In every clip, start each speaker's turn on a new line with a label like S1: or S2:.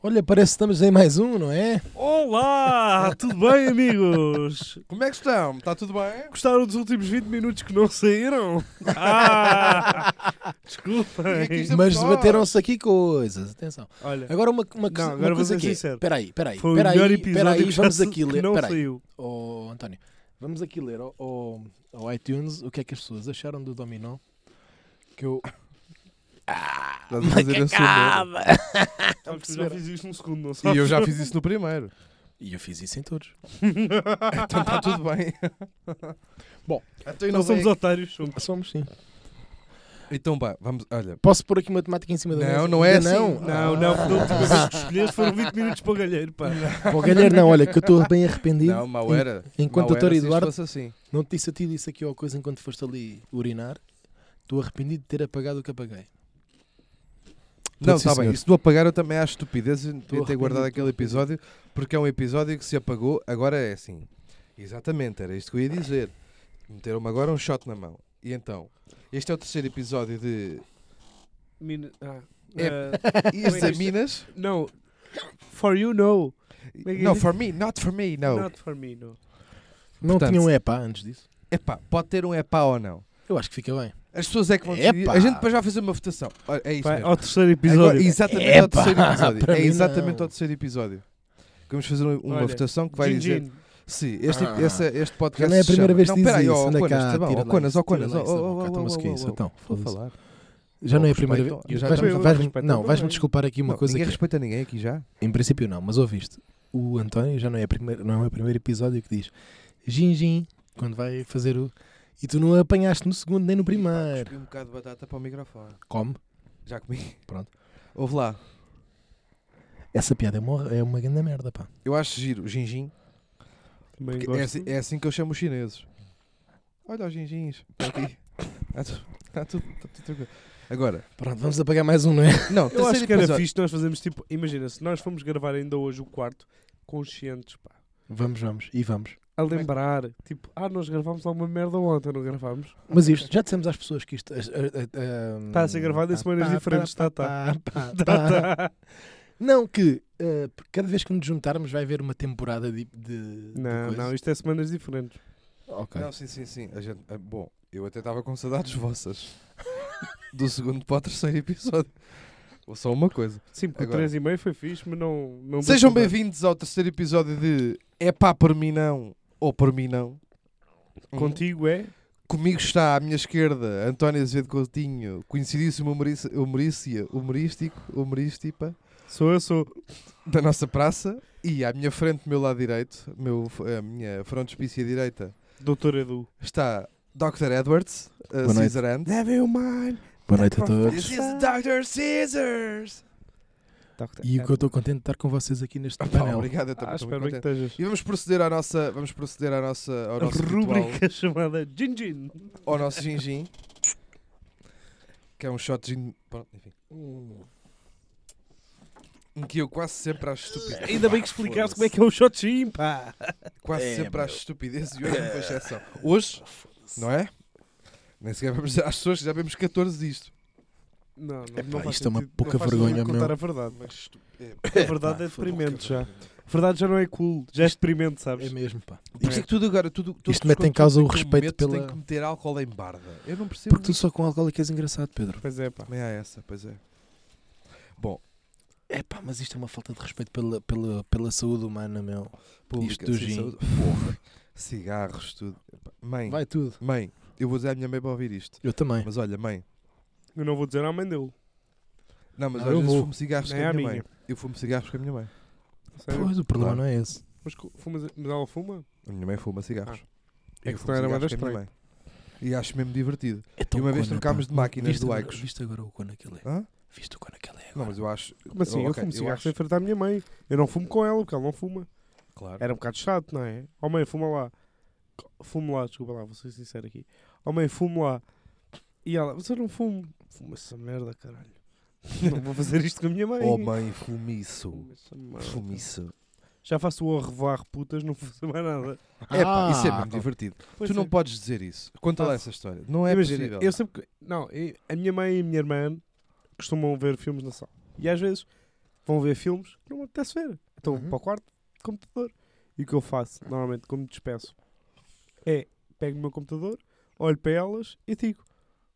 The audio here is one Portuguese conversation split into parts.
S1: Olha, parece que estamos em mais um, não é?
S2: Olá! Tudo bem, amigos?
S3: Como é que estão? Está tudo bem?
S2: Gostaram dos últimos 20 minutos que não saíram? Ah! Desculpem.
S3: Isto é
S1: Mas
S3: verdade.
S1: debateram-se aqui coisas, atenção.
S2: Olha,
S1: Agora uma, uma,
S2: Não,
S1: uma
S2: agora vou
S1: coisa
S2: ser
S1: que é.
S2: sincero.
S1: Espera aí, espera aí.
S2: foi o
S1: espera
S2: melhor
S1: aí,
S2: episódio
S1: espera aí,
S2: que já
S1: vamos
S2: se-
S1: aqui
S2: que
S1: ler.
S2: não
S1: Espera aí,
S2: saiu.
S1: oh, António, vamos aqui ler ao, ao- ao iTunes o que é que as pessoas acharam do Dominó. Que eu...
S2: Ah,
S1: Ah,
S3: Estás a fazer esse humor.
S2: Sabes que eu já fiz isto num segundo, não
S3: E
S2: sabes?
S3: eu já fiz isso no primeiro.
S1: E eu fiz isso em todos. tá
S3: Então está tudo bem.
S1: Bom,
S3: então,
S2: Nós somos otários. somos.
S1: Somos sim.
S3: então pá, vamos, olha.
S1: Posso pôr aqui uma temática em cima da
S3: Não,
S1: mesa?
S3: não é
S1: Ainda Ah,
S3: assim.
S2: Não, não, porque a última vez que escolheste foram 20 minutos para o galheiro, pá.
S1: Não. Vou ganhar não, olha, que eu estou bem arrependido.
S3: Não, mal era.
S1: enquanto
S3: Mau
S1: doutor
S3: era se isto
S1: Eduardo-
S3: fosse assim.
S1: Não te disse a ti, disse aqui uma coisa enquanto foste ali urinar. Estou arrependido de ter apagado o que apaguei.
S3: Não,
S1: sim,
S3: está bem.
S1: senhor.
S3: Isso do apagar eu também acho estupidez. Eu devia ter
S1: arrependido,
S3: guardado
S1: estou
S3: aquele episódio porque é um episódio que se apagou. Agora é assim. Exatamente, era isto que eu ia dizer. Meteram-me agora um shot na mão. E então, este é o terceiro episódio de
S2: Min- ah,
S3: É.
S2: ah,
S3: Ias
S2: é
S3: a
S2: isto?
S3: Minas.
S2: Não. For you, no. é que é
S3: Não,
S2: isto?
S3: for me, not for me, no.
S2: Not for me, no.
S1: Não
S3: Portanto-
S1: tinha um epá antes disso?
S3: Epá, pode ter um epá ou não.
S1: Eu acho que fica bem.
S3: As pessoas é que vão
S1: Epá.
S3: decidir. A gente depois vai fazer uma votação. Olha, É isso
S2: Pá,
S3: mesmo.
S2: ao terceiro
S3: Agora,
S2: episódio.
S3: exatamente ao
S1: Epá,
S3: terceiro episódio.
S1: para
S3: É
S1: mim
S3: exatamente
S1: não.
S3: ao terceiro episódio. Que Vamos fazer um- uma
S2: Olha,
S3: votação que vai
S2: Gin,
S3: dizer.
S2: gin.
S3: Sim, este,
S1: Ah.
S3: esse- este podcast.
S1: Já não é a
S3: se
S1: primeira
S3: chama-
S1: vez que
S3: não,
S1: dizes
S3: peraí,
S1: isso.
S3: ó,
S1: Anda
S3: Conas,
S1: cá,
S3: tá bom,
S1: tira
S3: ó,
S1: lá
S3: Conas,
S1: isso,
S3: ó, Conas,
S1: tira
S3: ó,
S1: lá isso da boca,
S3: ó, ó,
S1: então, mas o que é isso?
S3: ó, ó,
S1: Então,
S3: ó,
S1: foda-se.
S3: vou falar.
S1: Já não é a
S3: Respeito,
S1: primeira vez.
S3: eu já
S1: Vais-
S2: também-
S1: vais-
S2: respeito
S1: Não,
S2: também.
S1: vais-me desculpar aqui uma
S3: Não,
S1: coisa
S3: ninguém
S1: que é-
S3: respeita ninguém aqui já.
S1: Em princípio não, mas ouviste. O António já não é, a primeira, não é o primeiro episódio que diz Gingim, quando vai fazer o... E tu não apanhaste no segundo nem no primeiro.
S3: Cuspi um bocado de batata para o microfone.
S1: Come.
S3: Já comi.
S1: Pronto.
S3: Ouve lá.
S1: Essa piada é uma, é uma grande merda, pá.
S3: Eu acho giro, gingim.
S2: Também
S3: É assim,
S2: gosto.
S3: é assim que eu chamo os chineses. Olha os gingins. Está aqui. Tá Está tudo, está tudo, está tudo tá tranquilo. Agora,
S1: Pronto, vamos apagar mais um, não é?
S3: não,
S2: Eu
S3: terceiro
S2: acho que era
S3: episódio.
S2: fixe nós fazemos tipo, imagina, se nós fomos gravar ainda hoje o quarto, conscientes, pá,
S1: Vamos, vamos. E vamos.
S2: a lembrar, tipo, ah, nós gravámos lá uma merda ontem, não gravámos?
S1: Mas isto, já dissemos às pessoas que isto. eh, Está
S2: Tá a ser gravado em semanas diferentes, tá, Tá.
S1: Não, que eh, por cada vez que nos juntarmos vai haver uma temporada de. de- de
S2: Não,
S1: coisa.
S2: não, isto é semanas diferentes.
S1: Ok.
S3: Não, sim, sim, sim. A gente, ah, bom, eu até estava com saudades vossas. Do segundo para o terceiro episódio. Ou só uma coisa.
S2: Sim, porque o
S3: Agora.
S2: 3 e meio foi fixe, mas não... não deu
S3: Sejam
S2: saudade.
S3: bem-vindos ao terceiro episódio de É pá por mim não, ou por mim não.
S1: Uhum.
S2: Contigo é...
S3: Comigo está à minha esquerda António Azevedo Coutinho, conhecidíssimo humorista, humorícia, humorístico, humorístipa
S2: Sou eu, sou...
S3: da nossa praça. E à minha frente, meu lado direito, meu, a minha frontispícia direita,
S2: Doutor Edu.
S3: está Dr. Edwards, uh,
S1: Boa noite.
S3: Caesar Hand.
S2: Devil mind.
S1: Boa noite a
S3: This
S1: todos.
S3: is Dr. Caesars!
S2: Tá,
S1: E o que eu estou contente de estar com vocês aqui neste
S3: Ah, pá,
S1: painel.
S3: obrigado, eu
S2: Ah,
S3: também estou
S2: espero
S3: muito
S2: bem que
S3: contente.
S2: estejas.
S3: E vamos proceder à nossa, vamos proceder à nossa, ao nosso ritual.
S2: Rúbrica chamada Gin Gin.
S3: ao nosso gingim. Que é um shot de gin... Pronto, enfim. Em que eu quase sempre acho estupidez.
S2: Ainda bem que explicaste como é que é o shot gin, pá.
S3: Quase
S1: É,
S3: sempre
S1: meu.
S3: acho estupidez e hoje não foi exceção. Hoje, não é? Nem sequer vamos às pessoas, já vemos 14 disto.
S2: Não, não,
S1: Epá,
S2: não faz
S1: isto é uma
S2: sentido-
S1: pouca
S2: não faz sentido
S1: vergonha, meu.
S2: contar a verdade.
S3: Mas estu- é,
S2: A
S1: Epá,
S2: verdade é deprimente já.
S3: foda-se.
S2: A verdade já não é cool, já é deprimente,
S1: É
S2: sabes?
S1: mesmo, pá.
S3: Por isso é que tudo agora, tudo, todos
S1: Isto
S3: os
S1: mete em
S3: conteúdos
S1: causa o
S3: que eu
S1: respeito
S3: meto
S1: pela-
S3: Tem que meter álcool em barda. Eu não percebo.
S1: Porque tu só com álcool é que és engraçado, Pedro.
S2: Pois é, pá.
S3: Também há essa, pois é. Bom,
S1: É pá, mas isto é uma falta de respeito pela, pela, pela saúde humana, meu.
S3: pública,
S1: Isto do
S3: sem
S1: gin.
S3: saúde- Porra. Cigarros, tudo. Epá, Mãe,
S1: Vai tudo.
S3: mãe, eu vou dizer à minha mãe para ouvir isto.
S1: Eu também.
S3: Mas olha, mãe.
S2: Eu não vou dizer à mãe dele.
S3: Não,
S1: Não,
S3: mas às
S1: eu
S3: vezes
S1: vou.
S3: fumo cigarros
S2: Nem
S3: com a
S2: à
S3: minha mãe.
S2: minha.
S3: Eu fumo cigarros com a minha mãe.
S2: Sério?
S1: Pois, o problema
S3: Claro.
S1: não é esse.
S2: Mas, co- fumas, mas ela fuma?
S3: A minha mãe fuma cigarros.
S2: É
S3: Eu
S2: que
S3: fumo
S2: senão era
S3: cigarros
S2: bué
S3: com a minha mãe. E acho mesmo divertido.
S1: É tão
S3: E uma vez
S1: cona,
S3: trocámos
S1: pá.
S3: de máquinas
S1: Viste
S2: é
S3: do
S1: agora-
S3: Icos.
S1: Viste agora o cona que ele é?
S3: Hã?
S1: Viste o cona que ele é
S3: Não,
S1: agora?
S3: mas eu acho. Oh,
S2: Como assim? eu
S3: ok,
S2: fumo cigarros
S3: acho-
S2: sem enfrentar à minha mãe. Eu não fumo com ela, porque ela não fuma.
S3: Claro.
S2: Era um bocado chato, não é? Ó mãe, fuma lá. Fumo lá, desculpa lá, vou ser sincero aqui. Ó mãe, fumo lá. E ela, mas eu não fumo. Fuma essa merda, caralho. não vou fazer isto com a minha mãe.
S3: Oh mãe, fume isso.
S2: Fuma essa merda.
S3: Fume isso.
S2: Já faço o arrevar putas, não faço mais nada.
S3: É pá, isso é
S1: Ah,
S3: mesmo
S1: tá.
S3: divertido.
S2: Pois
S3: tu não
S2: é.
S3: podes dizer isso. Conta lá
S2: Ah,
S3: essa história. Não é
S2: Imagina,
S3: possível.
S2: eu sempre. que- Não, eu- a minha mãe e a minha irmã costumam ver filmes na sala. E às vezes vão ver filmes que não me apetece ver. Então vou
S1: Uhum.
S2: para o quarto, computador. E o que eu faço, normalmente, quando me despeço, é pego o meu computador, olho para elas e digo: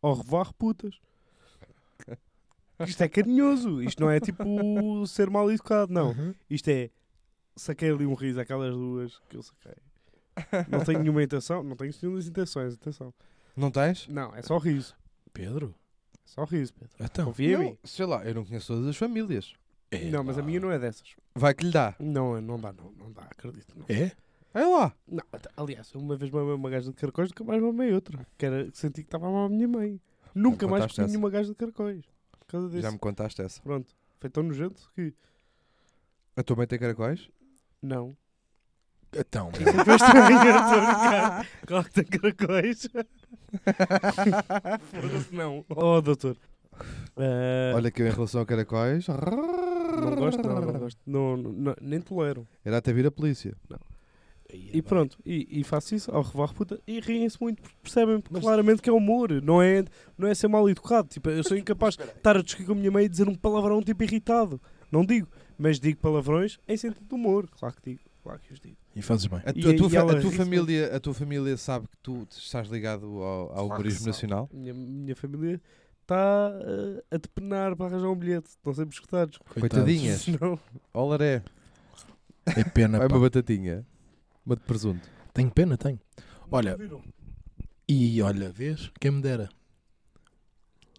S2: Au revoir, putas. Isto é carinhoso. Isto não é tipo ser mal educado, não.
S1: Uhum.
S2: Isto é. Saquei ali um riso àquelas duas que eu saquei. Não tenho nenhuma intenção, não tenho nenhuma das intenções, atenção.
S3: Não tens?
S2: Não, é só riso.
S1: Pedro?
S2: É só riso, Pedro.
S1: Então.
S2: Confia
S3: Não,
S2: em mim.
S3: Sei lá, eu não conheço todas as famílias.
S1: é
S2: Não, mas a
S1: lá.
S2: minha não é dessas.
S3: Vai que lhe dá.
S2: Não, não dá, não, não dá, acredito. Não.
S1: É?
S3: É lá.
S2: Não, at- aliás, uma vez mamei uma gaja de caracóis, nunca mais mamei outra. Que era, que senti que estava a mamar a minha mãe. Nunca mais
S3: contaste
S2: comi
S3: essa.
S2: nenhuma gaja de caracóis. Por causa desse.
S3: Já me contaste essa.
S2: Pronto, foi tão nojento que.
S3: A tua mãe tem caracóis?
S2: Não.
S1: Então.
S2: Depois também eu estou a brincar. Claro que tem caracóis. Foda-se, não. Oh, doutor. Eh,
S3: Olha que eu em relação a caracóis. Ah,
S2: Não gosto, não, não gosto. Não, não- não- nem tolero.
S3: Era até vir a polícia.
S1: é
S2: E pronto, e, e faço isso ao revar puta e riem-se muito, porque percebem
S1: Mas-
S2: claramente que é humor, não é, não é ser mal educado. Tipo, eu sou incapaz de estar a discutir com a minha mãe e dizer um palavrão tipo irritado. Não digo, mas digo palavrões em sentido de humor. Claro que digo, claro que os digo.
S1: E fazes bem.
S3: A, tu-
S2: E-
S3: a tua,
S2: e
S3: fa-
S2: ela
S3: a tua
S2: ri-se
S3: família, a tua família sabe que tu estás ligado ao, ao
S1: Claro que
S3: humorismo
S1: sabe.
S3: nacional?
S2: A minha, minha família está eh, a depenar para arranjar um bilhete, estão sempre escutados.
S3: Coitadinhas.
S2: Não.
S3: Olaré.
S1: É pena,
S3: Vai
S1: pá.
S3: uma batatinha. Uma de presunto.
S1: Tenho pena, tenho. Olha, e olha, vês? Quem me dera.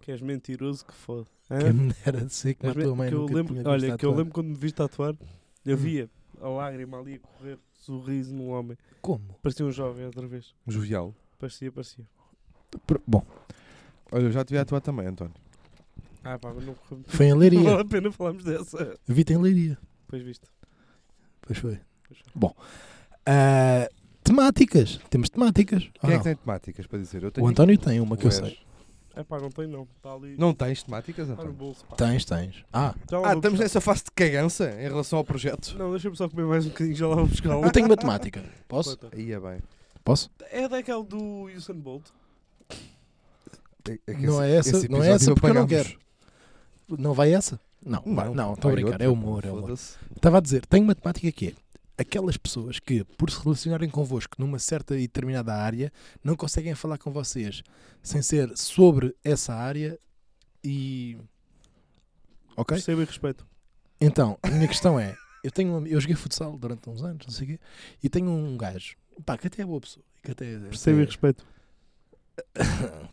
S2: Que és mentiroso que foda.
S3: É.
S2: Hã?
S1: Quem me dera de ser que a
S2: Mas me-
S1: tua mãe
S2: que eu
S1: nunca
S2: lembro,
S1: tinha
S2: olha, que eu
S1: tatuar.
S2: lembro quando me viste tatuar, eu
S1: Hum.
S2: via a lágrima ali a correr, sorriso no homem.
S1: Como?
S2: Parecia um jovem outra vez.
S3: Jovial.
S2: Parecia, parecia.
S1: Pr- Bom,
S3: Olha, eu já te vi atuar também, António.
S2: Ah, pá, mas não correu.
S1: foi em
S2: Não vale
S1: Leiria.
S2: a pena falarmos dessa.
S1: Vi-te em Leiria.
S2: Pois viste.
S1: Pois foi.
S2: Pois foi.
S1: Bom, ah, temáticas. Temos temáticas. ou
S3: Quem é
S1: não?
S3: que tem temáticas para dizer? Eu tenho
S1: O António tem uma que eu
S3: és.
S1: sei.
S2: Ah, pá, não tem não. Está ali.
S3: Não tens temáticas,
S2: Está no
S3: António?
S2: bolso, pá.
S1: Tens, tens. Ah,
S2: Já lá
S3: Ah,
S2: vou
S3: estamos
S2: buscar.
S3: nessa fase de cagança em relação ao projeto.
S2: Não, deixa-me só comer mais um bocadinho, já lá vou buscar.
S1: eu tenho matemática. Posso?
S2: Conta.
S3: Aí é bem.
S1: Posso?
S2: É daquele do Usain Bolt.
S3: É- é que
S1: Não
S3: esse-
S1: é essa,
S3: esse
S1: não é
S3: episódio
S1: essa porque eu não
S3: apagámos.
S1: quero. Não vai essa? Não, vai- não, estou a
S3: vai
S1: brincar.
S3: outra,
S1: É humor, é humor.
S3: foda-se.
S1: Estava a dizer, tenho uma temática que é aquelas pessoas que, por se relacionarem convosco numa certa e determinada área, não conseguem falar com vocês sem ser sobre essa área e. Ok?
S2: Percebo e respeito.
S1: Então, a minha questão é: eu, tenho um- eu joguei futsal durante uns anos, não sei o quê, e tenho um gajo, pá, que até é boa pessoa. Que até,
S2: Percebo e
S1: até-
S2: respeito.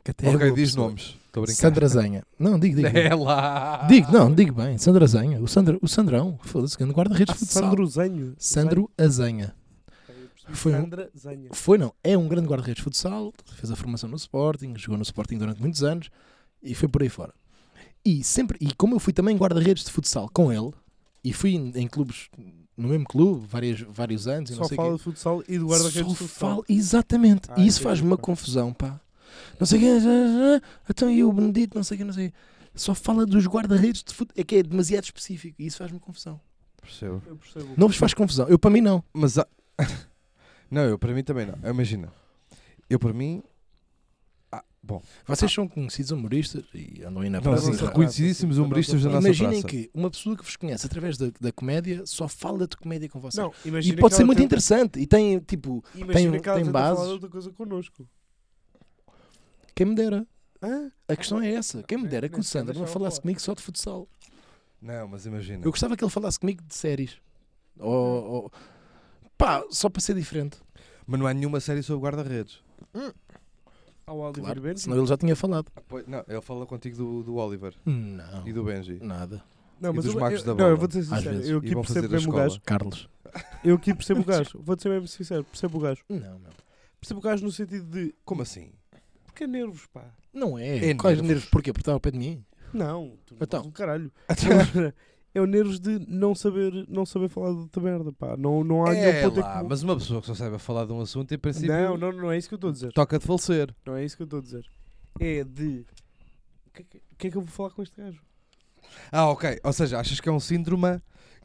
S1: que até é
S3: Ok,
S1: boa
S3: diz
S1: pessoa.
S3: nomes. Estou a brincar.
S1: Sandra Zenha. Não, digo, digo.
S3: É lá.
S1: Digo, não, digo bem. Sandra Zenha. O, Sandra, o Sandrão, foda-se, grande guarda-redes
S2: Ah,
S1: de futsal.
S2: Sandro Zenho.
S1: Sandro Azenha.
S2: Zenho. Eu percebi.
S1: Foi um-
S2: Sandra Zenho.
S1: Foi não, é um grande guarda-redes de futsal, fez a formação no Sporting, jogou no Sporting durante muitos anos e foi por aí fora. E sempre, e como eu fui também guarda-redes de futsal com ele, e fui em, em clubes, no mesmo clube, várias, vários anos, e não
S2: Só
S1: sei
S2: fala
S1: o
S2: de futsal e do
S1: quê.
S2: guarda-redes de
S1: Só
S2: futsal.
S1: falo, exatamente.
S2: Ah,
S1: e isso
S2: entendi,
S1: faz-me uma
S2: pá.
S1: confusão, pá. Não sei quem, então e o Benedito, não sei quem, não sei. quê. Só fala dos guarda-redes de futsal, é que é demasiado específico, e isso faz-me confusão.
S3: Percebo.
S2: Eu percebo.
S1: Não vos faz confusão, eu para mim não.
S3: Mas há- não, eu para mim também não. Ah, Imagina. Eu para mim. Ah, bom,
S1: Vocês são conhecidos humoristas e andam aí na praça.
S2: nossa
S3: nós somos
S1: e tal.
S2: praça,
S3: reconhecidíssimos
S2: sim, da
S3: humoristas
S2: nossa
S3: da nossa
S1: Imaginem
S3: praça.
S1: que uma pessoa que vos conhece através da, da comédia só fala de comédia com vocês.
S2: Não, imagina
S1: e pode
S2: que
S1: ser
S2: ela
S1: muito
S2: tenta-
S1: interessante. E tem, tipo,
S2: Imagina
S1: tem-
S2: que ela
S1: tem
S2: tenta falar
S1: bases.
S2: de outra coisa connosco.
S1: quem me dera.
S2: Hã?
S1: A questão é essa. Quem me
S2: Nem-
S1: dera
S2: nem
S1: que o
S2: sequer
S1: Sandro não
S2: deixava
S1: falasse
S2: falar.
S1: comigo só de futsal.
S3: Não, mas imagina.
S1: Eu gostava que ele falasse comigo de séries. Ou,
S2: Hum.
S1: ou- Pá, só para ser diferente.
S3: Mas não há nenhuma série sobre guarda-redes.
S2: Ao Oliver
S1: Claro,
S2: Benji?
S1: senão ele já tinha falado.
S3: Ah, não, ele fala contigo do, do Oliver
S1: Não,
S3: e do Benji.
S1: nada.
S2: Não,
S3: E
S2: mas
S3: dos
S2: eu,
S3: magos
S2: eu,
S3: da
S2: Não,
S3: bola,
S2: eu vou ser sincero.
S1: vezes.
S2: Eu
S3: E
S2: aqui
S3: vão fazer
S2: percebo
S3: da
S2: mesmo o
S3: escola.
S2: gajo.
S1: Carlos.
S2: Eu aqui percebo o gajo. Vou ser mesmo sincero. Percebo o gajo.
S1: Não, meu.
S2: Percebo o gajo no sentido de...
S3: Como assim?
S2: Porque é nervos, pá.
S1: Não é.
S3: É
S1: Quais
S3: nervos.
S1: nervos? Porquê? Porque estava ao pé de mim.
S2: Não. Tu
S1: Então.
S2: não então. um caralho. Agora, é o nervos de não saber, não saber falar de outra merda, pá. Não, não há nenhum
S3: É
S2: ponto em
S3: lá,
S2: comum.
S3: mas uma pessoa que só sabe falar de um assunto, em princípio,
S2: Não, não, não é isso que eu estou a dizer.
S3: toca de falecer.
S2: Não é isso que eu estou a dizer. É de... O que, é que- que é que eu vou falar com este gajo?
S3: Ah, ok. Ou seja, achas que é um síndrome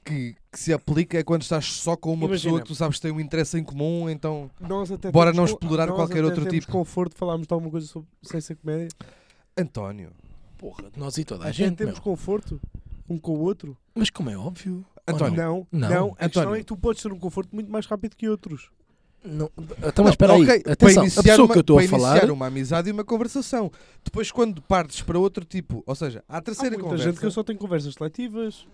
S3: que, que se aplica quando estás só com uma
S2: Imagina.
S3: pessoa que tu sabes que tem um interesse em comum, então.
S2: Nós até
S3: Bora
S2: temos
S3: não
S2: con-
S3: explorar
S2: nós
S3: qualquer
S2: até
S3: outro
S2: temos
S3: tipo.
S2: conforto de falarmos de alguma coisa sobre, sem ser comédia.
S3: António.
S1: Porra, nós e toda a
S2: Até
S1: gente,
S2: temos
S1: meu.
S2: conforto. um com o outro?
S1: Mas como é óbvio.
S3: António,
S2: Não,
S1: Não.
S2: não. A questão
S3: António.
S2: é que tu podes ter um conforto muito mais rápido que outros.
S1: Não, então,
S3: Não,
S1: mas espera
S3: ok,
S1: aí. Atenção, a pessoa
S3: uma,
S1: que eu estou a
S3: para
S1: falar.
S3: iniciar
S2: um
S3: uma amizade e uma conversação. Depois, quando partes para outro tipo, ou seja, há a
S2: Há
S3: terceira
S2: muita
S3: conversa.
S2: gente que eu só tenho conversas seletivas.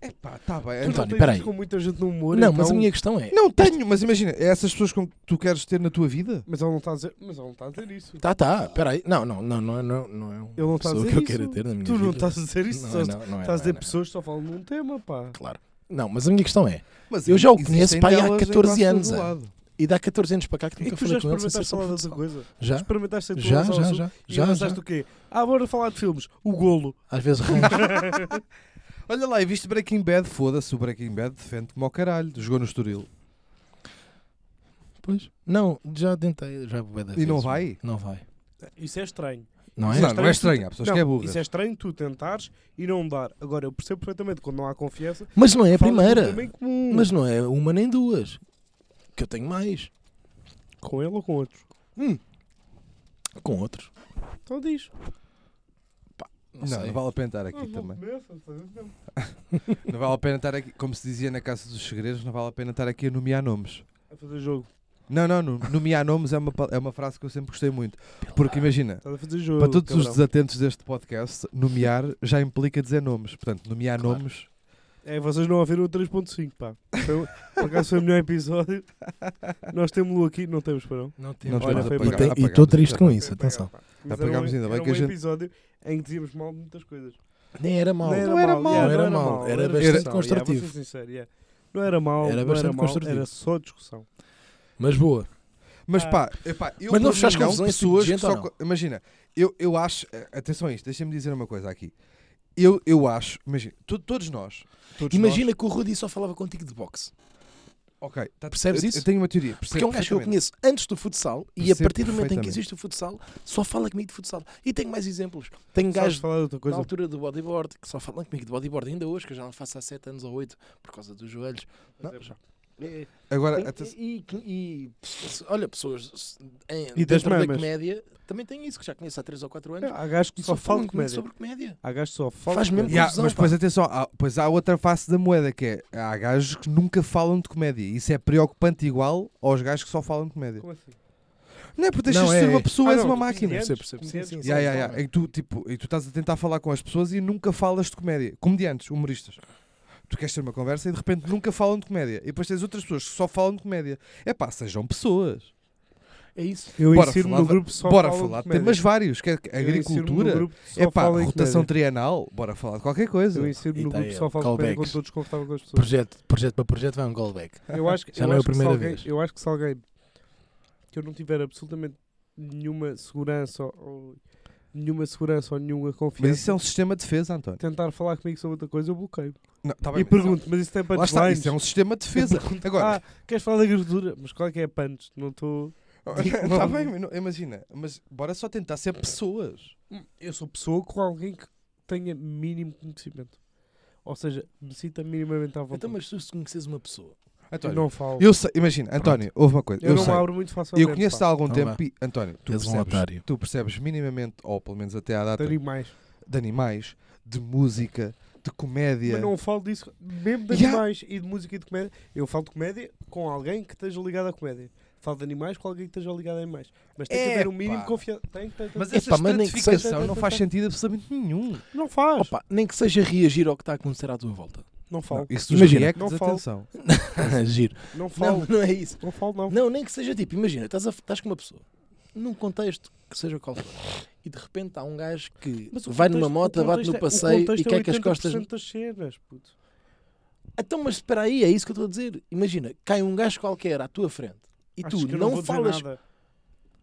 S3: Epá, tá bem.
S2: Tu
S1: António,
S2: não tens
S1: peraí.
S2: com muita gente no humor.
S1: Não, mas a
S2: então-
S1: minha questão é.
S3: Não tenho, mas imagina, é essas pessoas com que tu queres ter na tua vida?
S2: Mas ele não está a dizer, mas ele não está a dizer isso.
S1: Tá, tá, peraí. Não, não, não, não, não, não é uma
S2: Ele não está a
S1: pessoa
S2: dizer
S1: que eu
S2: isso.
S1: quero ter na minha
S2: Tu
S1: vida.
S2: não estás a dizer isso, só
S1: Não, não, não é,
S2: estás a
S1: não é,
S2: dizer
S1: não é.
S2: pessoas que só falam num tema, pá.
S1: Claro. Não, mas a minha questão é.
S3: Mas
S1: Eu já o
S3: existem
S1: conheço, pá, aí há
S3: delas em
S1: 14
S3: quase todo
S1: anos, é.
S3: lado.
S1: E dá 14 anos para cá que
S2: E
S1: nunca
S2: tu
S1: falei
S2: já
S1: com ele sem ser
S2: experimentaste falar
S1: sobre
S2: de outra
S1: futsal.
S2: coisa?
S1: Já?
S2: Experimentaste em
S1: Ah? Já,
S2: tu
S1: já, já.
S2: E
S1: Já, já.
S2: lançaste o quê? Ah, bora falar de filmes. O golo.
S1: Às vezes arranjo.
S3: Olha lá, e viste Breaking Bad? Foda-se, o Breaking Bad defende como ao caralho. Jogou no Estoril.
S1: Pois. Não, já tentei, já bué da
S3: E não
S1: vez.
S3: vai?
S1: Não vai.
S2: Isso é estranho.
S1: Não é?
S3: Não, não é estranho, há pessoas que é
S2: Não,
S3: burra.
S2: isso é estranho tu tentares e não dar. Agora, eu percebo perfeitamente quando não há confiança.
S1: Mas não é a
S2: falas de um
S1: primeira.
S2: tema em comum.
S1: Mas não é uma nem duas. Que eu tenho mais.
S2: Com ele ou com outros?
S1: Com outros.
S2: Então diz.
S1: Não,
S3: Não,
S1: sei.
S3: não vale a pena estar aqui também. Não vale a pena estar aqui, como se dizia na Casa dos Segredos, não vale a pena estar aqui a nomear nomes.
S2: Tá A fazer jogo.
S3: Não, não, no- nomear nomes é uma, pa- é uma frase que eu sempre gostei muito. Porque imagina,
S2: Estás Tá a fazer jogo.
S3: para todos os
S2: cabrão.
S3: desatentos deste podcast, nomear já implica dizer nomes. Portanto, nomear
S1: Claro.
S3: nomes.
S2: É, vocês não ouviram o 3.5, pá. Foi, um- por acaso foi o melhor episódio. Nós temos-lo aqui. Não temos, para não.
S1: Não
S3: Não
S2: Olha,
S3: temos
S2: foi
S3: apagar-
S2: para-
S1: E tem- e
S3: apagar-
S1: estou triste com
S3: apagar.
S1: isso, atenção.
S2: Mas
S3: Apagámos
S2: era um,
S3: ainda bem
S2: era
S3: que a
S2: um
S3: gente-
S2: episódio em que dizíamos mal de muitas coisas.
S1: Nem era mal.
S2: Não era,
S3: Não era
S2: mal,
S3: mal,
S2: yeah,
S1: não era
S2: não
S1: mal, era
S2: discussão,
S1: bastante
S2: yeah, vou ser
S1: construtivo.
S2: sincero, yeah. Não era mal,
S1: Era
S2: era
S1: bastante
S2: não era mal,
S1: construtivo.
S2: era só discussão.
S1: Mas boa.
S3: Mas
S2: Ah.
S3: pá, epá, eu
S1: Mas não
S3: por mim
S1: fechaste confusão a esse tipo de
S3: pessoas que
S1: gente
S3: só.
S1: ou não?
S3: co- Imagina, eu, eu acho. eh, Atenção a isto, deixa-me dizer uma coisa aqui. Eu, eu acho, imagina, to- todos nós. Todos
S1: Imagina que o Rudy só falava contigo de boxe.
S3: nós- ok, tá-
S1: Percebes
S3: eu,
S1: isso?
S3: Eu tenho uma teoria.
S1: Porque é um gajo que eu conheço
S3: perfeitamente.
S1: antes do futsal e a
S3: Percebo
S1: partir do momento em que
S3: perfeitamente.
S1: existe o futsal, só fala comigo de futsal. E tenho mais exemplos. Tenho
S3: um
S2: Sabes
S1: gajos
S2: falar de outra
S1: na
S2: coisa?
S1: altura do bodyboard que só falam comigo de bodyboard ainda hoje, que eu já não faço há 7 anos ou 8 por causa dos joelhos. Não,
S2: Mas é
S1: já.
S3: Agora,
S1: Tem-
S3: atenção-
S1: e, e- e- olha, pessoas se- em,
S2: E das
S1: dentro da
S2: mamas.
S1: comédia também têm isso, que já conheço há 3 ou 4 anos.
S2: Não, Há gajos que
S1: e
S2: só falam
S1: falam
S2: de
S1: comigo
S2: comédia.
S1: sobre comédia.
S2: Há gajos que só falam
S1: Faz
S2: de
S1: mesmo
S3: E há-
S2: comédia.
S1: confusão,
S3: mas depois
S1: pá.
S3: atenção, há, pois há outra face da moeda que é há gajos que nunca falam de comédia. Isso é preocupante igual aos gajos que só falam de comédia.
S2: Como assim?
S3: Não é porque deixas
S1: Não,
S3: de
S1: é-
S3: ser uma pessoa,
S2: Ah,
S3: és
S2: não,
S3: uma
S2: tu
S3: máquina.
S2: conheces,
S1: Percebo, percebo.
S2: conheces,
S1: Sim, sim, sim.
S3: Ya,
S2: só
S3: ya, ya.
S2: falam.
S3: É que tu, tipo, e tu estás a tentar falar com as pessoas e nunca falas de comédia. Comediantes, humoristas. Tu queres ter uma conversa e de repente nunca falam de comédia. E depois tens outras pessoas que só falam de comédia. É pá, sejam pessoas.
S1: É isso.
S2: Eu
S3: Bora
S2: insiro
S3: falar
S2: no
S3: de-
S2: grupo só
S3: Bora
S2: falam de
S3: falar de
S2: comédia.
S3: temas vários. Quer que-
S2: Eu insiro-me no
S3: agricultura.
S2: grupo que só
S3: É pá,
S2: fala em
S3: rotação
S2: comédia.
S3: trienal. Bora falar de qualquer coisa.
S2: Eu insiro
S1: E
S2: no
S1: tá
S2: grupo
S1: aí,
S2: só falo de comédia quando
S1: callbacks.
S2: estou desconfortável com as pessoas.
S1: Projeto, projeto para projeto vai um callback.
S2: Eu acho que,
S1: Já
S2: eu
S1: não é a
S2: acho que se
S1: primeira
S2: alguém-
S1: vez.
S2: Eu acho que se alguém que eu não tiver absolutamente nenhuma segurança ou- ou nenhuma segurança ou nenhuma confiança,
S3: Mas isso é um sistema de defesa, António.
S2: tentar falar comigo sobre outra coisa, eu bloqueio.
S3: Não, tá bem,
S2: E
S3: mas isso é-
S2: pergunto, mas isso tem
S3: Lá está,
S2: punchlines?
S3: isso é um sistema de defesa. Agora,
S2: Ah, queres falar de agricultura? Mas qual é que é punch? Não estou...
S3: está tá bem, mas não- imagina, mas bora só tentar ser pessoas.
S2: Eu sou pessoa com alguém que tenha mínimo conhecimento. Ou seja, me sinta minimamente à vontade.
S1: Então, mas tu se conheces uma pessoa,
S2: Eu
S3: António,
S2: não falo.
S3: eu sei, imagina, António, houve uma coisa,
S2: Eu
S3: eu,
S2: não
S3: sei.
S2: abro muito facilmente.
S3: Eu conheço há
S2: pá.
S3: algum
S1: Então
S3: tempo
S1: vá.
S3: e, António, tu
S1: és um
S3: percebes,
S1: otário.
S3: tu percebes minimamente, ou pelo menos até à data,
S2: Tenho mais.
S3: de animais, de música, de comédia.
S2: Mas não falo disso, mesmo de
S3: Yeah.
S2: animais e de música e de comédia. Eu falo de comédia com alguém que esteja ligado à comédia. Falo de animais com alguém que esteja ligado a animais. Mas tem que haver um
S3: Epá.
S2: mínimo de confiança. Tem, tem, tem.
S3: Mas
S1: Epá,
S3: essa
S1: mas nem que seja-
S3: estratificação não faz sentido absolutamente nenhum.
S2: Não faz.
S1: Opa, nem que seja reagir ao que está a acontecer à tua volta.
S2: Não falo.
S3: Não, isso dos
S1: Imagina,
S3: reacts,
S2: não falo.
S3: atenção.
S1: Giro.
S2: Não, falo.
S1: Não,
S2: Não,
S1: não é isso.
S2: falo, não.
S1: Não, nem que seja tipo, imagina, estás, a- estás com uma pessoa, num contexto que seja qual for, e de repente há um gajo que
S2: Mas o
S1: vai
S2: contexto-
S1: numa moto,
S2: o
S1: bate
S2: contexto
S1: no
S2: é- o
S1: passeio e
S2: contexto é
S1: quer que as
S2: 80%
S1: costas.
S2: das cenas, puto.
S1: Então, mas espera aí, é isso que eu estou a dizer. Imagina, cai um gajo qualquer à tua frente e
S2: Achas
S1: tu
S2: que eu
S1: não,
S2: vou dizer
S1: falas.
S2: nada.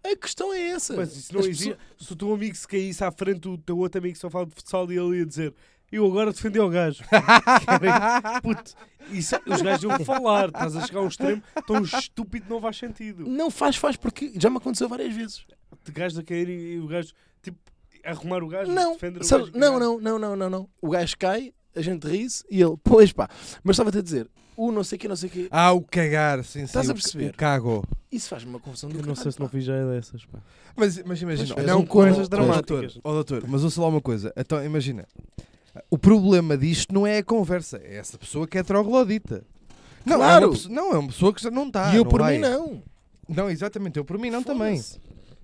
S1: A questão é essa.
S2: Mas isso não
S1: As
S2: existe.
S1: pessoas-
S2: Se o teu amigo se caísse à frente do teu outro amigo que só fala de futsal e ele ia dizer eu agora defendi o gajo. é Puto, isso, os gajos iam falar. Estás a chegar a um extremo tão estúpido não faz sentido.
S1: Não faz, faz porque já me aconteceu várias vezes.
S2: De gajo a cair e, e o gajo, tipo, arrumar o gajo,
S1: Não,
S2: defender o
S1: sabe-
S2: gajo. é. e
S1: não,
S2: cagar.
S1: não, não, não, não, não. O gajo cai, a gente ri-se e ele, pois pá, mas estava-te a dizer, o não sei quê, não sei quê.
S3: Ah, o cagar, sim, sim.
S1: Estás a
S3: o-
S1: perceber?
S3: O cago.
S1: Isso faz-me uma confusão do
S2: Eu não sei
S1: caralho,
S2: se não
S1: pá.
S2: fiz já é dessas. Pá.
S3: Mas, mas imagina,
S1: Pois, és
S3: não é
S1: um
S3: com
S1: coisa
S3: essas
S1: dramáticas.
S3: Ó doutor, mas ouça lá uma coisa. Então imagina, O problema disto não é a conversa, é essa pessoa que é troglodita. Não, é
S1: Claro.
S3: uma, pessoa- não, é uma pessoa que já não está.
S1: e
S2: Ah,
S1: eu por
S3: vai.
S1: mim não.
S3: Não, exatamente, eu por mim não também.
S1: Foda-se.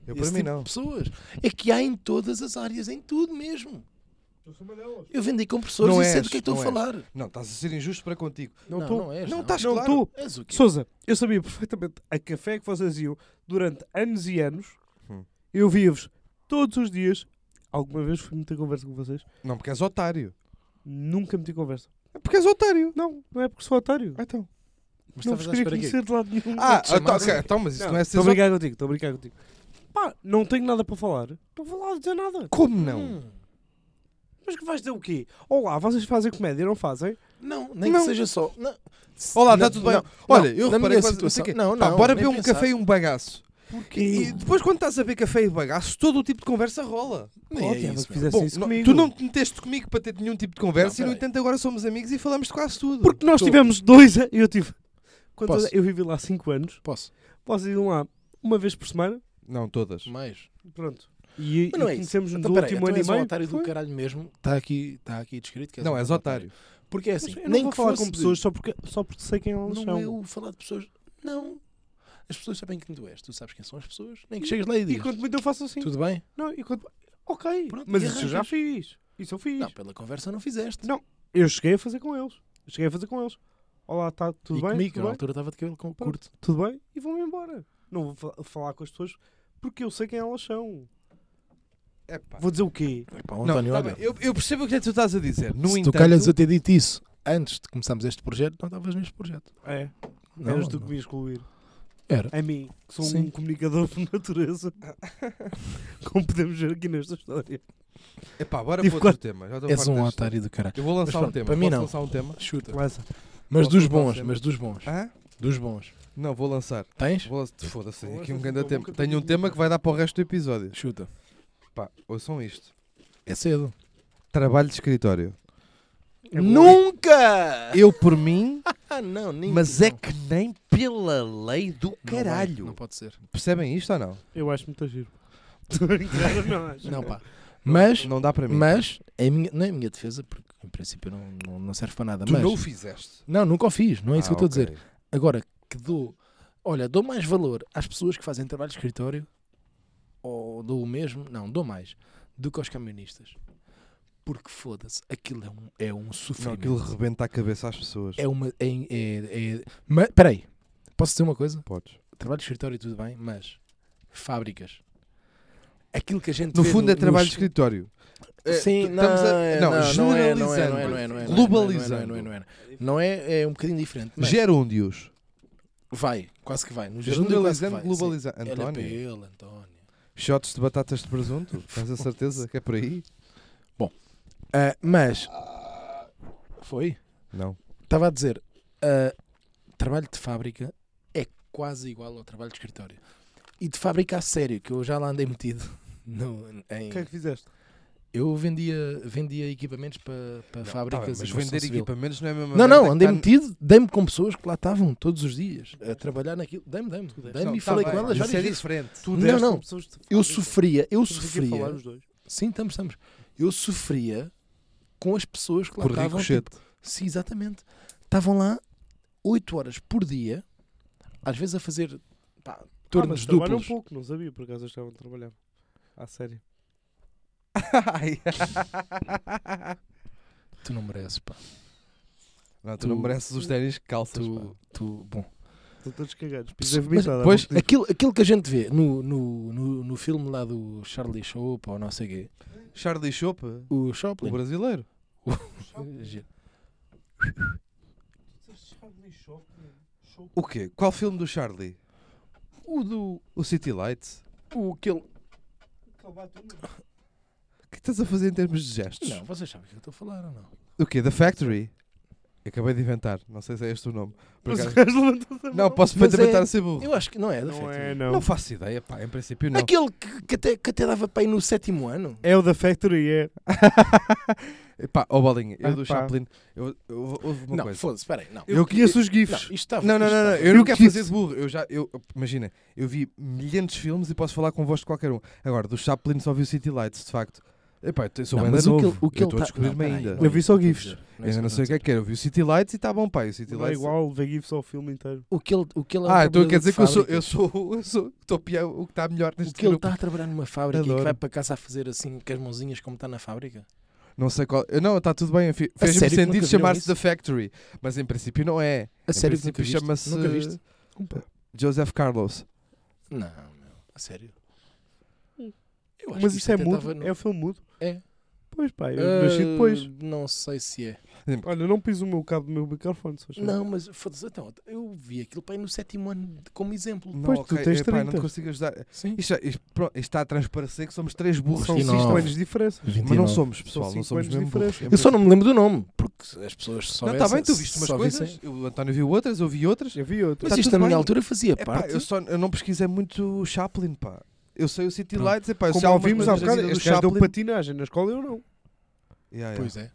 S3: Eu por
S1: Esse
S3: mim
S1: tipo
S3: não.
S1: de pessoas. É que há em todas as áreas, em tudo mesmo. Eu vendi compressores
S3: Não
S1: e sei
S3: és,
S1: do que é que estou
S3: não
S1: a
S3: és.
S1: falar.
S3: Não, estás a ser injusto para contigo.
S2: Não
S1: não,
S2: estou.
S1: não és.
S3: não
S1: não.
S3: estás
S2: Não
S3: claro.
S2: estou.
S1: És o quê?
S2: Sousa, eu sabia perfeitamente a café que vocês iam durante anos e anos.
S3: Hum.
S2: Eu via-vos todos os dias. Alguma vez fui meter conversa com vocês?
S3: Não, porque és otário.
S2: Nunca meti conversa.
S3: É porque és otário.
S2: Não, não é porque sou otário.
S3: Ah, Então.
S1: Mas
S2: não
S1: estavas
S2: vos
S1: à
S2: queria
S1: espera quê?
S2: conhecer de lado nenhum.
S3: Ah,
S1: te chamasse.
S3: então, ok, então, mas isto não, é ser
S2: Estou a brincar contigo, estou a brincar contigo. Pá, não tenho nada para falar. Não vou lá dizer nada.
S3: Como não?
S1: Hum.
S2: Mas que vais dizer o quê? Olá, vocês fazem comédia, não fazem?
S1: Não, nem
S3: Não.
S1: que seja só. Não.
S3: Olá,
S1: Não,
S3: está tudo bem?
S1: não,
S3: Olha,
S1: não,
S3: eu
S1: na
S3: reparei
S1: minha
S3: que você- não
S1: situação-
S3: sei o quê.
S1: não,
S3: Pá,
S1: não,
S3: bora
S1: nem
S3: beber um
S1: pensar. Hum.
S3: café e um bagaço. E
S2: Porquê?
S3: depois quando estás a beber café e bagaço, todo o tipo de conversa rola.
S1: Nem é
S2: Ótimo,
S1: isso,
S2: que
S1: meu.
S2: fizessem
S3: Bom,
S2: isso
S3: não-
S2: comigo.
S3: tu não te meteste comigo para ter nenhum tipo de conversa
S1: Não,
S3: e no
S1: peraí.
S3: entanto agora somos amigos e falamos de quase tudo.
S2: Porque nós
S1: Tu-
S2: tivemos dois anos. Eu tive. Quando
S1: Posso?
S2: eu vivi lá 5 anos,
S1: Posso? Hum,
S2: vocês iam lá uma vez por semana.
S3: Não, todas.
S1: Mais.
S2: Pronto. E,
S1: Mas não
S2: e
S1: é isso.
S2: conhecemos no
S1: Então, peraí,
S2: último
S1: então
S2: ano e
S1: és um
S2: meio.
S1: otário do
S2: Foi.
S1: caralho mesmo. Está aqui, tá aqui descrito que és
S3: Não,
S1: um
S3: és otário.
S1: Porque é
S2: Mas
S1: assim,
S2: eu não
S1: nem
S2: vou
S1: que
S2: falar
S1: fosse
S2: com
S1: de-
S2: pessoas só, porque, só porque sei quem elas
S1: Não
S2: são.
S1: é o falar de pessoas. Não. As pessoas sabem quem tu és. Tu sabes quem são as pessoas. Nem que chegas lá e
S2: E
S1: digas.
S2: quanto muito eu faço assim.
S1: Tudo bem?
S2: Não, e quanto... Ok.
S1: Pronto,
S2: mas
S1: e
S2: isso eu já
S1: arrancas.
S2: fiz. Isso eu fiz.
S1: Não, pela conversa não fizeste.
S2: Não, Eu cheguei a fazer com eles. Eu Cheguei a fazer com eles. Olá, tá tudo
S1: e
S2: bem?
S1: comigo, eu na
S2: tudo bem?
S1: altura estava de cabelo com
S2: Pronto.
S1: curto.
S2: tudo bem e vão embora. Não vou fa- falar com as pessoas porque eu sei quem elas são.
S3: Epá.
S2: Vou dizer o quê?
S1: Epá,
S3: Não,
S1: António,
S3: tá
S1: olha,
S3: bem, eu, eu percebo o que é que tu estás a dizer. No
S1: se tu
S3: entanto,
S1: calhas a ter dito isso antes de começarmos este projeto, não estavas neste projeto.
S2: É,
S1: Não,
S2: eras tu
S1: não.
S2: que me excluir.
S1: Era.
S2: A mim, que sou um
S1: Sim.
S2: comunicador por natureza. Como podemos ver aqui nesta história.
S3: Epá, bora para
S2: Tive
S3: outro
S2: quatro-
S3: tema. Já estou
S1: És
S3: farto
S1: um
S3: deste.
S1: otário do caralho.
S3: Eu vou
S1: Mas
S3: lançar um
S1: pronto,
S3: tema.
S1: para mim
S3: Posso
S1: não.
S3: lançar um tema?
S1: Chuta.
S2: Lança.
S1: Mas
S3: Posso
S1: dos
S3: lançar
S1: bons,
S3: sempre?
S1: mas dos bons.
S3: Hã?
S1: Dos bons.
S3: Não, vou lançar.
S1: Tens?
S3: Vou lançar. Foda-se, tenho aqui um
S2: Lança-se
S3: grande
S2: uma
S3: tema.
S2: boca
S3: Tenho um
S2: de-
S3: tema que vai dar para o resto do episódio.
S1: Chuta.
S3: Pá, ouçam isto.
S1: É cedo.
S3: Trabalho de escritório.
S2: É
S1: Nunca!
S3: Eu por mim,
S1: Ah, não, nem
S3: mas é
S1: não.
S3: que nem pela lei do
S1: Não vai,
S3: caralho.
S1: Não pode ser.
S3: Percebem isto ou não?
S2: Eu acho muito giro. Estou a brincar, não acho.
S1: Não, pá. Mas,
S3: Não dá para mim.
S1: mas é a minha, não é a minha defesa, porque em princípio não, não, não serve para nada.
S3: tu
S1: mas,
S3: não o fizeste.
S1: não, nunca o fiz, não é isso
S3: Ah,
S1: que eu estou a
S3: ok.
S1: dizer. Agora, que dou. Olha, dou mais valor às pessoas que fazem trabalho de escritório, ou dou o mesmo, não, dou mais, do que aos camionistas. Porque foda-se, aquilo é um, é um
S3: Não,
S1: sofrimento.
S3: aquilo rebenta a cabeça às pessoas.
S1: É uma. É, é, é- mas, peraí, posso dizer uma coisa?
S3: Podes.
S1: Trabalho de escritório, tudo bem, mas. Fábricas. Aquilo que a gente.
S3: No
S1: vê
S3: fundo é trabalho de
S1: nos-
S3: escritório. É,
S1: Sim,
S3: t-
S1: não,
S3: estamos a-
S1: é,
S3: não,
S1: não, não é, não é, não é,
S3: generalizando,
S1: não é, não é, não é,
S3: globalizando.
S1: Não é, não é, não é, não é, não é, Não é, é um bocadinho diferente. Mas
S3: Gerúndios.
S1: vai, quase que vai. No gerúndio é quase que
S3: Generalizando,
S1: vai.
S3: globalizando.
S1: sim. Era para
S3: António,
S1: ele, é António.
S3: shots de batatas de presunto? Tens a certeza que é por aí?
S1: Ah, mas, foi?
S3: Não.
S1: Estava a dizer, ah, trabalho de fábrica é quase igual ao trabalho de escritório. E de fábrica a sério, que eu já lá andei metido. No, em,
S2: O que é que fizeste?
S1: Eu vendia, vendia equipamentos para, para
S3: Não,
S1: fábricas
S3: tá bem,
S1: e
S3: mas
S1: construção
S3: vender
S1: civil.
S3: equipamentos não é a mesma
S1: Não,
S3: merda
S1: não,
S3: que
S1: andei
S3: tá-
S1: metido, dei-me com pessoas que lá estavam todos os dias a trabalhar naquilo. Dei-me, dei-me,
S2: deste.
S1: dei-me
S3: Não,
S1: e
S3: tá
S1: falei
S3: bem,
S1: com elas
S3: mas
S1: já
S3: Isso é
S1: disse.
S3: diferente.
S2: Tu
S1: Não,
S2: deste
S1: não.
S2: a pessoas de
S1: Eu
S2: fábrica.
S1: sofria, eu
S2: Estamos aqui a falar
S1: sofria.
S2: os dois.
S1: Sim, estamos, estamos. Eu sofria com as pessoas que lá
S3: Por
S1: estavam. tipo,
S3: ricochete.
S1: Sim, exatamente. Estavam lá 8 horas por dia, às vezes a fazer pá, turnos
S2: trabalham um
S1: duplos.
S2: pouco, não sabia, por acaso eles estavam a trabalhar. À sério.
S3: Ai.
S1: Tu não mereces, pá.
S3: não, tu,
S1: Tu-
S3: não mereces os ténis que calças. pá.
S1: Tu, tu, bom.
S2: Estão todos cagados.
S1: Mas,
S2: Pisei vomitado. há
S1: pois,
S2: pouco tempo.
S1: aquilo, aquilo que a gente vê no, no, no, no filme lá do Charlie Show, ou não sei o quê,
S3: Charlie Chope, o
S1: o Chaplin.
S3: brasileiro.
S1: Giro.
S3: O quê? Qual filme do Charlie?
S1: O do.
S3: O City Lights?
S1: O que ele.
S3: O que estás a fazer em termos de gestos?
S1: Não, vocês sabem o que eu estou a falar ou não?
S3: O quê? The Factory? Acabei de inventar. Não sei se é este o nome. Por
S2: Mas o
S3: acaso-
S2: gajo levantou-se a
S3: Não,
S2: mão.
S1: Mas
S3: posso perfeitamente
S1: é-
S3: estar a ser burro.
S1: Eu acho que não é, da
S2: Não
S1: Factory.
S2: é,
S3: Não.
S2: não.
S3: faço ideia, pá. Em princípio não.
S1: Aquele que, que até, que até dava para ir no sétimo ano.
S2: É o da Factory, é.
S3: Epá, ó bolinha, eu
S2: Ah,
S3: do
S2: pá.
S3: Chaplin, eu, eu, houve uma
S1: não,
S3: coisa.
S1: foda-se, espera aí. Não,
S2: Eu, conheço os
S1: não,
S2: GIFs.
S1: isto estava.
S3: Não, não,
S1: isto
S3: não, não,
S1: estava-
S3: eu não quero
S2: quis-
S3: fazer de burro. Eu já, eu, imagina, eu vi milhares de filmes e posso falar convosco de qualquer um. Agora, do Chaplin só vi o City Lights, de facto. Epá, eu sou
S1: Não,
S3: bem
S1: mas o que
S3: novo.
S1: ele- o que ele
S3: eu estou a
S1: tá-
S3: descobrir-me
S1: não,
S3: ainda.
S1: peraí,
S2: Eu vi só
S1: não é isso
S2: GIFs.
S1: que eu estou a dizer.
S3: ainda
S1: isso
S3: não sei o que
S1: eu
S3: é que era. Eu vi o City Lights e está bom, pá. e O City
S2: Não é
S3: Lights.
S2: igual, ver GIFs ao filme inteiro.
S1: estou a dizer. O que ele, o que ele é um
S3: Ah, então
S1: trabalhador
S3: quer
S1: de
S3: dizer que eu sou,
S1: fábrica.
S3: eu sou, eu sou, estou a piar o que está melhor neste
S1: O que ele tá-
S3: grupo.
S1: está a trabalhar numa fábrica e
S3: Adoro.
S1: que vai para casa a fazer assim com as mãozinhas como está na fábrica?
S3: Não sei qual. eu- Não, está tudo bem. eu fi-
S1: A
S3: Fez-me
S1: sério que nunca
S3: sentido
S1: viram
S3: chamar-se
S1: isso?
S3: The Factory, mas em princípio não é.
S1: A
S3: Em
S1: sério que nunca
S3: princípio
S1: viste?
S3: chama-se-
S1: Nunca viste?
S3: Joseph Carlos.
S1: Não, meu. A sério. Eu acho
S2: Mas
S1: que
S2: isso é
S1: até
S2: mudo?
S1: estava no-
S2: É o filme mudo?
S1: É.
S2: Pois pá, eu
S1: Ah,
S2: nasci depois.
S1: Não sei se é.
S2: Olha, não piso o meu cabo do meu microfone, se achas.
S1: Não, mas foda-se, então, eu vi aquilo para aí no sétimo ano de- como exemplo.
S3: Não,
S2: Pois, tu
S3: ok,
S2: tens
S3: epá, não te
S2: 30.
S3: consigo ajudar.
S1: Sim.
S3: Isto, é- isto- pronto, isto está a transparecer que somos três burros.
S2: São
S3: que
S1: Sim, não.
S2: 5
S3: existem.
S2: anos de diferença.
S3: Mas não somos, pessoal.
S2: São cinco
S3: Não somos
S2: anos
S3: mesmo
S2: de
S3: burros.
S2: diferença.
S1: Eu só não me lembro do nome, porque as pessoas só
S3: Não, está bem, tu viste umas coisas. O António viu outras, eu vi outras.
S2: Eu vi outro.
S1: Mas
S3: Tá
S1: isto
S3: tudo
S1: na minha
S3: bem.
S1: altura fazia
S3: Epá,
S1: parte.
S3: eu, só, eu não pesquisei muito Chaplin, pá. Eu sei o City
S1: Pronto.
S3: Lights, epá, eu sei
S2: Como
S3: algumas
S2: ouvimos há
S3: coisas
S2: bocado,
S3: ainda do
S2: este gajo deu
S3: Chaplin.
S2: patinagem na escola, eu não.
S3: Yeah, yeah.
S1: Pois é.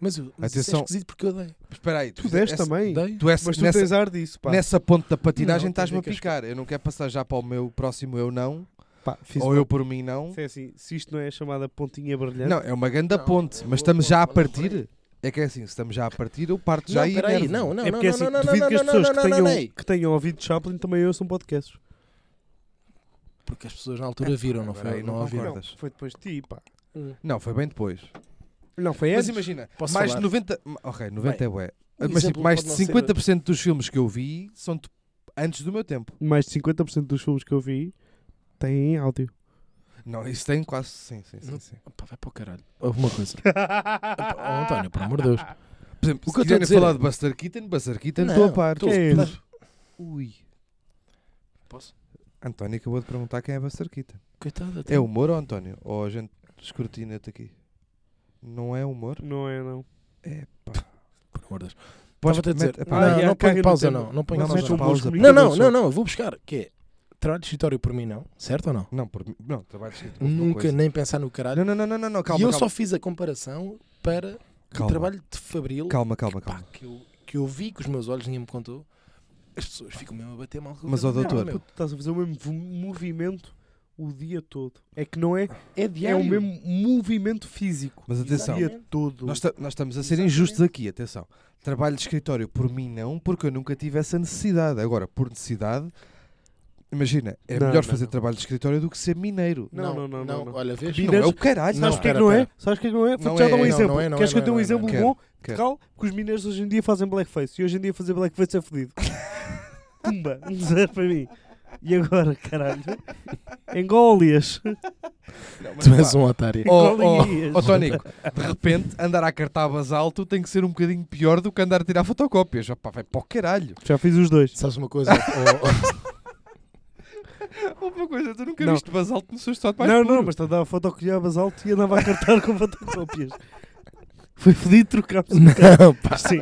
S1: Mas, eu- mas isso é
S3: Atenção.
S1: esquisito porque eu dei.
S3: Espera aí,
S2: é. Tu deste também.
S1: Dei?
S3: Tu és,
S2: Mas tu
S3: nessa,
S2: tens ar disso, pá. é
S3: nessa ponte da patinagem
S1: Não, tem a
S3: estás-me a
S1: ver com as
S3: picar. Eu não quero passar já para o meu próximo eu não,
S2: Pá, fiz
S3: ou
S2: uma-
S3: eu por mim não.
S2: Se é assim, se isto não é chamada pontinha brilhante...
S3: Não, é uma ganda
S1: Não,
S3: ponte,
S1: é
S3: mas
S1: boa
S3: estamos
S1: ponte,
S3: já a
S1: mas não por aí.
S3: partir. É que é assim, se estamos já a partir, eu parto já
S1: não,
S3: e
S1: peraí,
S3: enervo.
S1: não, não,
S2: é
S1: não,
S2: porque
S1: não,
S2: assim,
S1: não, não,
S2: duvido
S1: não,
S2: que as
S1: não,
S2: pessoas
S1: não,
S2: que,
S1: não,
S2: tenham,
S1: não, não.
S2: que tenham ouvido Chaplin também ouçam podcasts.
S1: Porque as pessoas na altura viram, não
S3: peraí,
S1: foi?
S3: não
S1: Não ouviram.
S3: Concordas?
S2: Não, foi depois de ti, pá.
S3: Não, foi bem depois.
S2: Não, foi
S3: Mas
S2: antes.
S3: imagina,
S1: É Posso
S3: mais
S1: falar?
S3: de 90. Ok, 90 é bué.
S1: Um
S3: Mas tipo,
S1: exemplo
S3: mais de
S1: pode não é? ser-
S3: 50% dos filmes que eu vi são de- antes do meu tempo.
S2: Mais de 50% dos filmes que eu vi têm áudio.
S3: Não, isso tem quase. Sim, sim, sim.
S1: Não-
S3: sim.
S1: Pá, vai para o caralho. Houve uma coisa. oh, António, por amor de Deus.
S3: Por
S1: O
S3: exemplo, se
S1: que eu estou a
S3: quiserem
S1: dizer
S3: falar
S1: é-
S3: de Buster Keaton, Buster Keaton,
S1: Não,
S3: estou a par.
S1: estou-
S2: É isso.
S3: Ui.
S1: Posso?
S3: António acabou de perguntar quem é Buster Keaton.
S1: Coitado.
S3: É humor ou António? Ou a gente escrutina-te aqui? Não é humor?
S2: Não é, não.
S3: É pá.
S1: Por amor de Deus.
S3: Podes-
S1: Estava-te a dizer,
S3: mete- epá,
S1: não, é?
S2: Ah,
S1: não,
S2: já,
S1: não
S2: caga
S1: ponho
S2: no
S1: pausa,
S2: tema.
S1: não. Não ponho
S3: Mas
S1: pausa.
S3: mete um
S1: não.
S3: bom
S2: pausa.
S1: Não,
S3: comunicador
S1: não,
S3: só.
S1: não, não, eu vou buscar. Que é trabalho de escritório por mim, não? Certo ou não?
S3: Não, por, mim- não trabalho de escrita.
S1: Nunca nem pensar no caralho.
S3: Não, não, não, não, não, não, calma.
S1: e eu
S3: calma,
S1: só fiz a comparação para o
S3: calma,
S1: trabalho de Fabril
S3: Calma, calma,
S1: pá,
S3: calma.
S1: que, eu, que eu vi com os meus olhos, ninguém me contou. As pessoas ficam mesmo a bater mal com o
S3: Mas, ó,
S1: trabalho,
S3: doutor,
S1: meu.
S2: Tu estás a fazer o mesmo vo- movimento o dia todo. É que não é.
S1: é
S2: É
S1: diário.
S2: o mesmo movimento físico.
S3: Mas
S2: O
S3: atenção,
S1: Exato.
S2: dia todo.
S3: nós, ta- nós estamos a ser
S1: Exatamente.
S3: injustos aqui, atenção. Trabalho de escritório, por mim não, porque eu nunca tive essa necessidade. Agora, por necessidade, imagina, é
S2: Não,
S3: melhor
S2: não,
S3: fazer
S2: não.
S3: trabalho de escritório do que ser mineiro.
S2: Não, não, não, não, não.
S1: Olha, vês?
S3: Não, é o
S2: Mineiros-
S3: caralho,
S1: Não,
S2: Sabes
S3: não,
S2: o que é que
S1: pera,
S2: não é?
S1: pera.
S2: Sabes o que é que não é?
S3: Não
S2: Vou-te já
S3: é,
S2: dar um
S3: não,
S2: exemplo.
S1: não é, não é,
S2: Queres que eu
S1: não
S2: dê um
S1: é, não é,
S2: exemplo
S1: não
S3: é.
S2: bom?
S3: Quero,
S2: Portugal, que os mineiros hoje em dia fazem blackface. E hoje em dia fazer blackface é fodido. Pumba, um zero para mim. E agora, caralho? Engólias.
S3: Não, mas
S1: Tu
S3: pá.
S1: és um otário.
S3: Oh,
S2: Engolias.
S3: oh, oh, Tónico, de repente andar a cartar basalto tem que ser um bocadinho pior do que andar a tirar fotocópias. Opá, vai para o caralho.
S2: Já fiz os dois.
S1: Sabes uma coisa? Oh,
S3: Uma coisa, tu nunca
S2: Não.
S3: viste basalto no seu estado mais
S2: não, não,
S3: puro.
S2: mas andava a fotocopiar basalto e andava a cartar com fotocópias. Foi fodido trocar-se. Não, pá. Sim.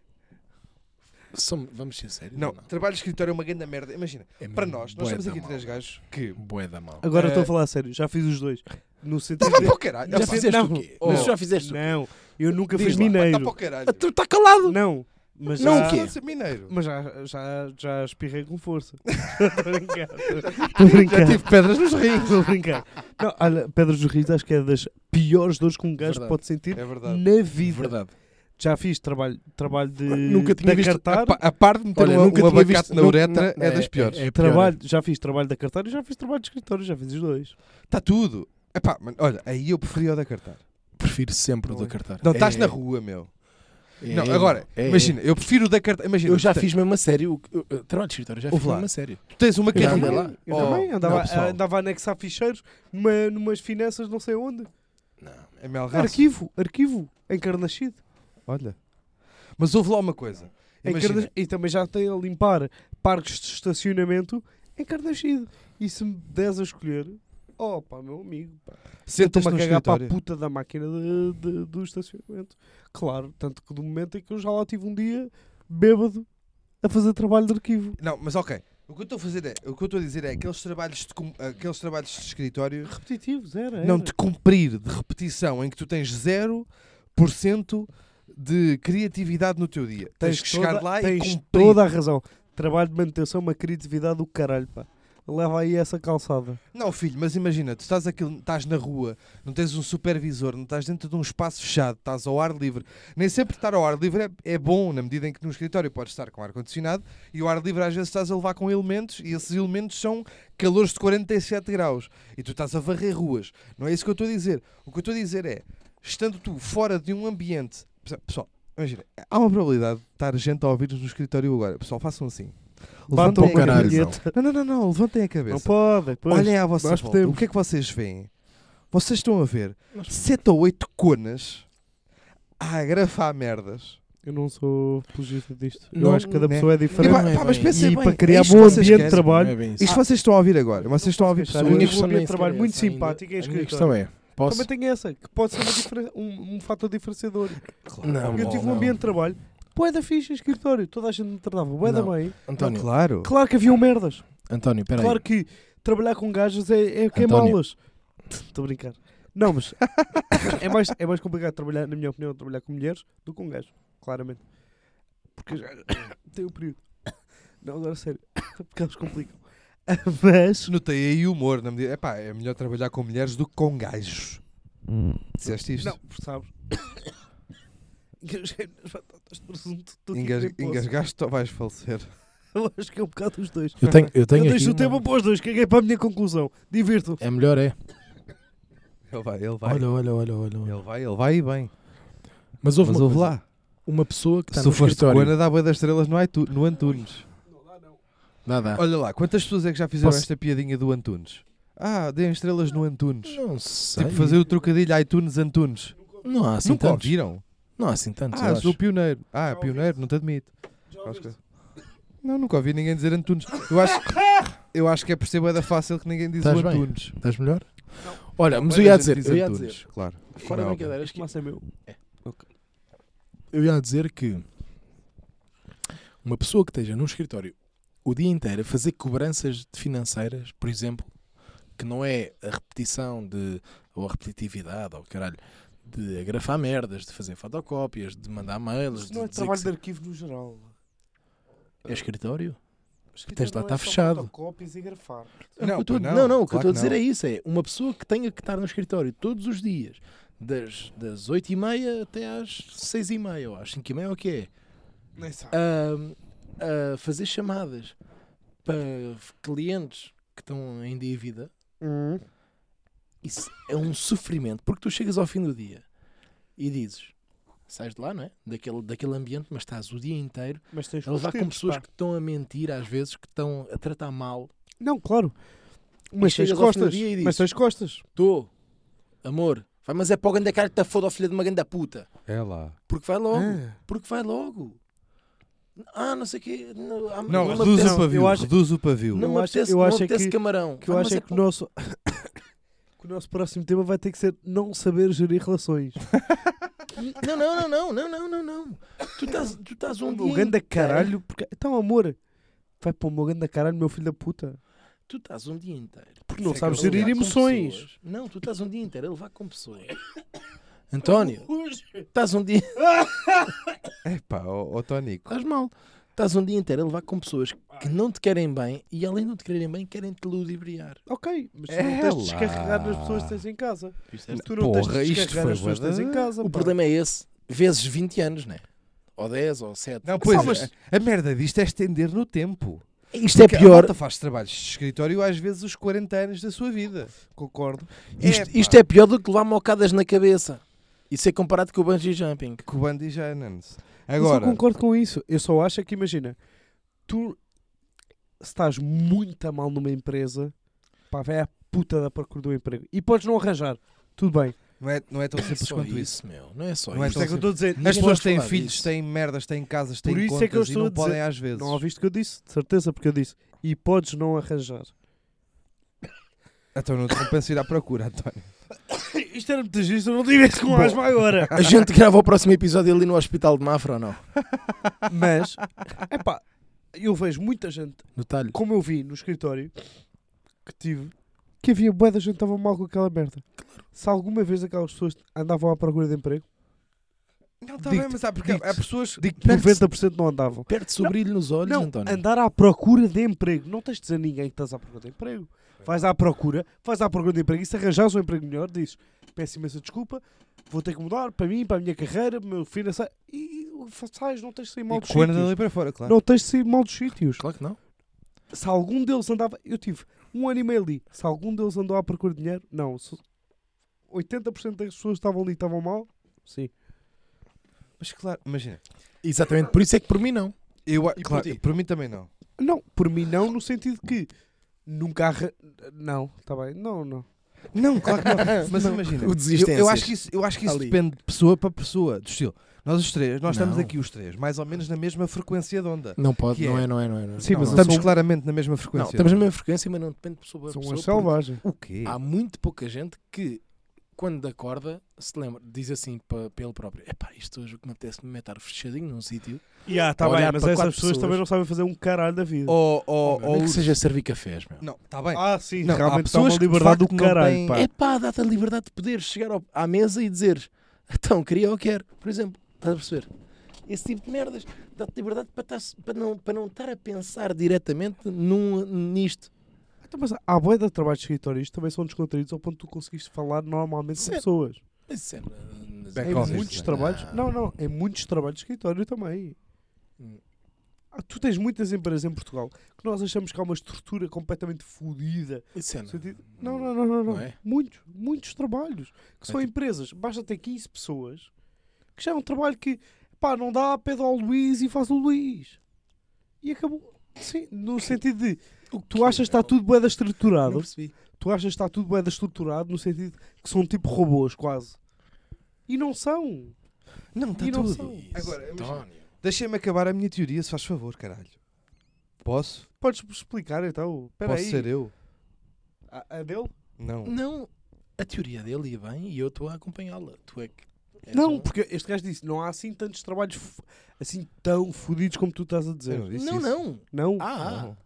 S1: oh, som- vamos ser sérios.
S3: Não, trabalho de escritório é uma grande merda. Imagina,
S1: É
S3: para
S1: mesmo
S3: nós, nós
S1: bué
S3: temos
S1: da
S3: aqui
S1: mal.
S3: três gajos que...
S1: Bué da mal.
S2: Agora
S3: Eh,
S2: estou a falar a sério. Já fiz os dois. No
S3: Tá
S2: sentido. de-
S3: para o caralho.
S1: Já
S2: Não,
S1: fizeste
S2: não.
S1: o quê?
S3: Oh.
S1: Mas já fizeste o quê?
S2: Não, eu nunca
S1: Diz
S2: fiz
S1: lá,
S3: Está
S2: mineiro.
S3: para o caralho.
S1: Tu está calado.
S2: Não, mas
S1: Não,
S2: já,
S1: o quê?
S3: Não ser mineiro.
S2: Mas já, já, já espirrei com força. Estou a brincar. Estou a
S3: Já
S2: brincar.
S3: tive pedras nos rins.
S2: Estou a brincar. Não, olha, Pedras dos Rios acho que é das piores dores que um gajo
S1: Verdade.
S2: pode sentir
S3: É verdade.
S2: na vida.
S1: Verdade.
S2: Já fiz trabalho, trabalho de.
S1: Nunca tinha
S2: da
S1: visto-
S2: cartar.
S3: A, pa- a par de meter
S1: Olha,
S3: um,
S1: nunca
S3: um
S1: tinha
S3: abacate
S1: visto-
S3: na
S1: nu-
S3: uretra
S1: não,
S3: é, das piores.
S1: é pior.
S2: Trabalho, já fiz trabalho da cartar e já fiz trabalho de escritório, já fiz os dois.
S3: Está Tá tudo. Epá, mano, olha, aí eu preferia o da cartar.
S1: Prefiro sempre o
S2: Não
S1: da
S2: é.
S1: cartar.
S3: Não, estás
S1: É,
S3: na rua, meu.
S1: é,
S3: não,
S1: é,
S3: agora,
S1: é, é.
S3: imagina, eu prefiro o da cartar. Imagina,
S1: Eu já
S3: tu te-
S1: fiz mesmo a sério. o- eu- eu- Trabalho de escritório, já
S3: Ouve
S1: fiz
S3: lá.
S1: mesmo a sério.
S3: Tu tens uma
S1: Eu já
S3: carrinha.
S1: andei lá.
S2: Eu
S3: Oh,
S2: também andava,
S1: não, pessoal.
S2: andava a anexar ficheiros numa, numas finanças, não sei onde.
S1: Não.
S3: É melraço.
S2: Arquivo, arquivo, encarnascido.
S3: Olha. Mas ouve lá uma coisa.
S2: Em
S3: Imagina,
S2: Carnas- E também já tem a limpar parques de estacionamento em Carnaxide. E se me des a escolher, oh pá, meu amigo, pá.
S3: sentas
S2: estou-me
S3: no
S2: a cagar para a
S3: escritório.
S2: puta da máquina de- de- do estacionamento. Claro, tanto que do momento em que eu já lá tive um dia bêbado a fazer trabalho de arquivo.
S3: Não, mas ok. O que eu estou a fazer é, o que eu estou a dizer é aqueles trabalhos de, com- aqueles trabalhos de escritório
S2: Repetitivos, era. era.
S3: não te cumprir de repetição em que tu tens 0% de criatividade no teu dia. Tens, que chegar
S2: toda-
S3: lá e
S2: tens
S3: cumprir.
S2: toda a razão. Trabalho de manutenção, uma criatividade do caralho, pá. leva aí essa calçada.
S3: Não, filho, mas imagina, tu estás, aquilo, estás na rua, não tens um supervisor, não estás dentro de um espaço fechado, estás ao ar livre. Nem sempre estar ao ar livre é, é bom, na medida em que no escritório podes estar com ar-condicionado e o ar livre às vezes estás a levar com elementos e esses elementos são calores de 47 graus e tu estás a varrer ruas. Não é isso que eu estou a dizer. O que eu estou a dizer é, estando tu fora de um ambiente. Pessoal, imagina, há uma probabilidade de estar gente a ouvir-nos no escritório agora. Pessoal, façam assim.
S2: Batam
S3: Levantem
S2: com
S3: a
S2: a
S1: caralho,
S2: canheta.
S3: Não, não, não, não, levantem a cabeça.
S2: Não podem, pois.
S3: Olhem à vossa
S2: nós
S3: volta.
S2: podemos.
S3: O que é que vocês veem? Vocês estão a ver sete ou oito conas a agrafar merdas.
S2: Eu não sou apologista disto.
S1: Não,
S2: eu acho que cada
S3: né?
S2: pessoa é diferente.
S1: Epá, não é
S3: mas
S1: bem.
S3: pensem
S2: e
S3: bem,
S2: para
S3: é
S2: criar
S3: isto
S2: bom
S3: que vocês
S2: ambiente de
S3: querem.
S2: trabalho.
S3: Isto vocês estão a ouvir agora. Vocês estão a ouvir
S2: Cara,
S1: A minha
S2: eu
S3: pessoas.
S1: questão
S2: vou ver
S1: nem
S2: trabalho
S1: sequer é
S2: muito
S1: essa ainda.
S2: simpático e é
S1: A minha
S2: escritório.
S1: questão é, posso...
S2: Também tem essa, que pode ser uma diferen- um, um fator diferenciador.
S1: Não,
S2: eu tive
S1: não.
S2: um ambiente de trabalho, bué da fixe, escritório, toda a gente me tratava bué da
S1: Não.
S2: bem.
S3: Não,
S1: António,
S3: claro.
S2: Claro que haviam merdas.
S1: António, peraí.
S2: Claro que trabalhar com gajas é, é queimá-las. Estou a brincar. Não, mas é, mais, é mais complicado trabalhar, na minha opinião, trabalhar com mulheres do que com gajos, claramente. Porque já tem o período. Não, agora sério, porque elas complicam. Mas
S3: Notei aí o humor. Na medida... Epá, é melhor trabalhar com mulheres do que com gajos.
S1: Hum.
S3: Disseste isto?
S2: Não, porque sabes. Engasguei nas batatas de presunto. tô tipo
S3: Engas...
S2: em pose.
S3: Engasgaste ou vais falecer?
S2: Eu acho que é um bocado os dois.
S1: Eu tenho, eu tenho aqui
S2: eu
S1: um
S2: deixo o
S1: uma-
S2: tema para os dois, caguei para a minha conclusão. Divirto.
S1: É melhor, é.
S3: Ele vai, ele vai.
S1: Olha, olha, olha, olha. olha.
S3: Ele vai, ele vai e bem.
S1: Mas houve,
S3: Mas
S1: uma,
S3: ouve
S1: coisa.
S3: lá.
S1: uma pessoa que está
S3: Se
S1: no
S3: tu foste
S1: escritório.
S3: cona, dá boa das estrelas no, Itu... no Antunes.
S1: Dá, dá.
S3: Olha lá, quantas pessoas é que já fizeram
S1: Ah. Posso-
S3: esta piadinha do Antunes? Ah, deem estrelas no Antunes.
S1: Não sei.
S3: Tipo fazer o trocadilho iTunes Antunes.
S1: Não há assim
S3: Nunca
S1: tantos.
S3: ouviram?
S1: Não há assim tantos,
S3: Ah,
S1: eu
S3: sou
S1: acho.
S3: pioneiro. Ah, pioneiro, não te admito. Acho que- é. Não, nunca ouvi ninguém dizer Antunes. Eu acho, eu acho que é por ser bué da fácil que ninguém diz o
S1: Estás bem?
S3: Antunes.
S1: Estás melhor? Olha, mas eu
S3: Bué
S1: ia
S3: da
S1: dizer,
S3: gente diz
S1: eu ia
S3: Antunes,
S1: dizer,
S3: Claro.
S1: fora
S3: Não,
S1: brincadeiras,
S2: Acho que massa é meu.
S1: eu ia dizer que uma pessoa que esteja num escritório o dia inteiro a fazer cobranças financeiras, por exemplo, que não é a repetição de ou a repetitividade ou caralho de agrafar merdas, de fazer fotocópias, de mandar mails,
S2: Isto não é
S1: de dizer
S2: trabalho
S1: que
S2: de arquivo no geral.
S1: se- é escritório.
S2: Escritório
S1: Tens lá,
S2: não é
S1: tá
S2: só
S1: fechado.
S2: fotocópias e grafar.
S1: Não,
S3: Não,
S1: É eu tô-
S3: pois não,
S1: não, não, o que
S3: claro
S1: eu estou a dizer
S3: que não.
S1: é isso: é uma pessoa que tenha que estar no escritório todos os dias, das, das 8h30 até às 6h30, ou às 5h30, ou o que
S2: Nem sabe.
S1: é, a fazer chamadas para clientes que estão em dívida.
S2: Hum.
S1: Isso é um sofrimento, porque tu chegas ao fim do dia e dizes. Sais de lá, não é? Daquele, daquele ambiente, mas estás o dia inteiro
S2: Mas tens
S1: a levar com
S2: contentes,
S1: pessoas
S2: pá.
S1: que estão a mentir, às vezes, que estão a tratar mal.
S2: Não, claro. Mas tens
S1: chegas ao fim do
S2: costas.
S1: dia e dizes-
S2: Mas tens costas.
S1: Tô, amor, vai, mas é para o grande cara que te foda, ó filha de uma grande puta.
S3: É lá.
S1: Porque vai logo,
S2: Ah.
S1: porque vai logo. Ah, não sei o quê. Não, ah,
S3: Não,
S1: me
S3: reduz
S1: apetece-
S3: o pavio.
S2: eu acho-
S3: Reduz o pavio.
S1: Não
S2: Eu
S1: me
S2: acho-
S1: apetece,
S2: eu
S1: não
S2: acho é
S1: me apetece
S2: que-
S1: camarão.
S2: que eu
S1: Ah, mas
S2: acho é que o
S1: pá,
S2: nosso que o nosso próximo tema vai ter que ser não saber gerir relações.
S1: Não, não, não, não, não, não, não, não. Tu estás, tu estás um
S2: o
S1: dia
S2: meu ganda
S1: inteiro-
S2: caralho, porque então amor, vai para o meu ganda caralho, meu filho da puta.
S1: Tu estás um dia inteiro.
S2: Porque não
S3: Isso é
S2: sabes
S1: a
S2: gerir
S1: lidar com
S2: emoções.
S1: pessoas. Não, tu estás um dia inteiro a levar com pessoas. António, estás um dia.
S3: Epá, ó ó, Tónico.
S1: Estás mal. Estás um dia inteiro a levar com pessoas que não te querem bem e além de não te querem bem, querem te ludibriar.
S2: OK, mas tu
S3: É
S2: não tens de
S3: lá.
S2: descarregar nas pessoas que tens em casa.
S1: Isto é
S2: Tu não
S3: Porra,
S2: tens de
S3: isto
S2: descarregar
S3: foi
S2: nas pessoas que
S3: bué
S2: tens
S3: da-
S2: em casa.
S1: O
S2: pá.
S1: problema é esse, vezes 20 anos, né? Ou 10 ou 7.
S3: Não, pois, é.
S2: Só, mas-
S3: a, a merda disto é estender no tempo.
S1: Isto é
S3: Porque A
S1: pior.
S3: malta faz trabalhos de escritório às vezes os 40 anos da sua vida.
S2: Concordo.
S1: Isto,
S3: Epá.
S1: isto é pior do que levar mocadas na cabeça. Isso é comparado com o bungee jumping.
S3: Com o Bandy já ananse.
S2: Mas
S3: Agora,
S2: Eu concordo com isso. Eu só acho é que, imagina, tu se estás muito a mal numa empresa, pá, vai à puta da procura do emprego. E podes não arranjar. Tudo bem.
S3: não é, não é tão simples
S1: Só
S3: quanto isso.
S1: meu. Não é só
S3: Não é
S1: isso.
S3: tão simples.
S2: a dizer.
S1: Ninguém
S3: As pessoas
S1: pode
S3: têm
S1: falar
S3: filhos,
S1: disso.
S3: têm merdas, têm casas, têm
S2: Por isso é
S3: contas
S2: que eu
S3: e
S2: estou
S3: não
S2: a dizer-
S3: podem às vezes.
S2: Não ouviste o que eu disse? De certeza, porque eu disse. E podes não arranjar.
S3: Então não te compensa ir à procura, António.
S2: Isto era muito giro, se eu não tivesse com asma agora.
S1: A gente grava o próximo episódio ali no hospital de Mafra ou não?
S2: Mas, é pá, eu vejo muita gente
S1: No talho.
S2: como eu vi no escritório que tive, que havia bué da gente que estava mal com aquela merda. Se alguma vez aquelas pessoas andavam à procura de emprego,
S3: Não, tá- está bem,
S1: Digo-te,
S3: mas há, porque há- há
S1: digo-te.
S3: pessoas.
S2: Digo que
S3: Perde-se-
S2: 90% não andavam.
S1: Perde-se o brilho nos olhos,
S2: Não,
S1: António.
S2: andar à procura de emprego. Não tens de dizer a ninguém que estás à procura de emprego. Vais à procura, vais à procura de emprego. E se arranjares um emprego melhor, dizes, peço imensa desculpa, vou ter que mudar para mim, para a minha carreira, meu financeiro. E e sais, não tens de sair mal
S3: E
S2: dos
S3: quando andam
S2: sítios.
S3: ali para fora, claro.
S2: Não tens de sair mal dos sítios.
S1: Claro que não.
S2: Se algum deles andava... Eu tive um ano e meio ali. Se algum deles andou à procura de dinheiro, não. Se 80% das pessoas que estavam ali e estavam mal, sim.
S3: Mas claro, imagina.
S1: Exatamente, por isso é que por mim não.
S3: Eu,
S1: E por
S3: claro,
S1: ti?
S3: por mim também não.
S2: Não, por mim não, no sentido que nunca arra... Não, está bem. Não, não.
S3: Não, claro que não. Mas
S1: Não,
S3: imagina.
S1: o
S3: eu,
S1: desistências.
S3: eu acho que isso, eu acho que isso
S1: Ali.
S3: depende de pessoa para pessoa, do estilo. Nós os três, nós estamos
S1: Não.
S3: aqui os três, mais ou menos na mesma frequência de onda.
S1: Não pode,
S3: que
S1: não
S3: é-
S1: é, não é, não é. não é.
S2: Sim,
S1: Não,
S2: mas
S1: não.
S2: eu
S3: Estamos
S2: sou-
S3: claramente na mesma
S1: Não,
S3: frequência.
S1: estamos Ah, na mesma frequência, mas não depende de pessoa para
S2: São
S1: pessoa.
S2: um
S1: porque
S2: selvagem.
S3: O quê?
S1: Há muito pouca gente que, quando acorda, se lembra, diz assim para, para ele próprio: Epá, isto hoje o que me apetece me meter fechadinho num sítio.
S2: Yeah, tá
S1: A
S2: bem,
S1: olhar
S2: mas
S1: para
S2: essas
S1: quatro
S2: pessoas,
S1: pessoas.
S2: também não sabem fazer um caralho da vida.
S3: Ou, ou,
S1: oh, Nem
S3: ou
S1: que
S3: os-
S1: seja servir cafés, meu.
S3: Não, está bem.
S2: Ah, sim,
S3: Não, há
S2: realmente está
S3: pessoas
S2: uma
S3: que, de
S2: liberdade
S3: facto,
S2: do
S3: não
S2: caralho,
S3: têm-
S2: pá.
S1: É pá, dá-te a liberdade de poder chegar ao- à mesa e dizer então, queria ou quero, por exemplo, estás a perceber? Esse tipo de merdas dá-te liberdade para, tar- para não, para não estar a pensar diretamente num, nisto.
S2: Então, mas há boia de trabalho de escritório, isto também são descontraídos ao ponto de tu conseguires falar normalmente com
S1: Sim.
S2: pessoas.
S1: Isso é, Ah. mas
S3: Back
S2: Em
S3: office,
S2: muitos
S3: né?
S2: trabalhos. Não, não, em muitos trabalhos de escritório também.
S1: Hum.
S2: Ah, Tu tens muitas empresas em Portugal que nós achamos que há uma estrutura completamente fodida.
S1: Isso é,
S2: No sentido- Não, não, não, não. não.
S1: Não é?
S2: Muitos, muitos trabalhos que são
S1: tipo-
S2: empresas. Basta ter 15 pessoas que já é um trabalho que, pá, não dá, pede ao Luís e faz o Luís. E acabou. Sim, no sentido de tu achas que está tudo bem
S1: Não
S2: estruturado.
S1: percebi.
S2: Tu achas que está tudo bem estruturado no sentido que são tipo robôs, quase. E não são.
S3: Não, está
S2: E não
S3: tudo.
S2: são.
S3: Agora,
S1: Agora,
S3: imagina.
S1: António.
S3: Deixa-me acabar a minha teoria, se faz favor, caralho. Posso?
S2: Podes explicar então? Espera
S3: Posso
S2: aí.
S3: ser eu?
S2: A, a dele?
S3: Não.
S1: Não, a teoria dele ia bem e eu estou a acompanhá-la. Tu é que. és
S2: não,
S1: um-
S2: porque este gajo disse: não há assim tantos trabalhos f- assim tão fodidos como tu estás a
S3: Eu
S2: dizer.
S3: não disse
S1: Não,
S3: isso.
S1: não.
S2: Não?
S1: Ah, ah.
S3: Não.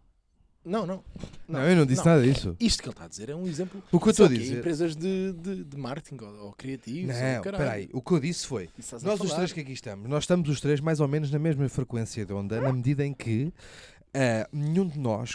S1: não, não.
S3: Não, eu não disse nada disso.
S1: Isto que ele está a dizer é um exemplo.
S3: O que eu
S1: Sei
S3: estou
S1: lá,
S3: a
S1: quê,
S3: dizer.
S1: Empresas de, de, de marketing ou, ou criativos.
S3: Não,
S1: ou caralho.
S3: espera aí. O que eu disse foi.
S1: Isso estás a
S3: Nós os
S1: falar.
S3: três que aqui estamos, nós estamos os três mais ou menos na mesma frequência de onda, na medida em que ah, nenhum de nós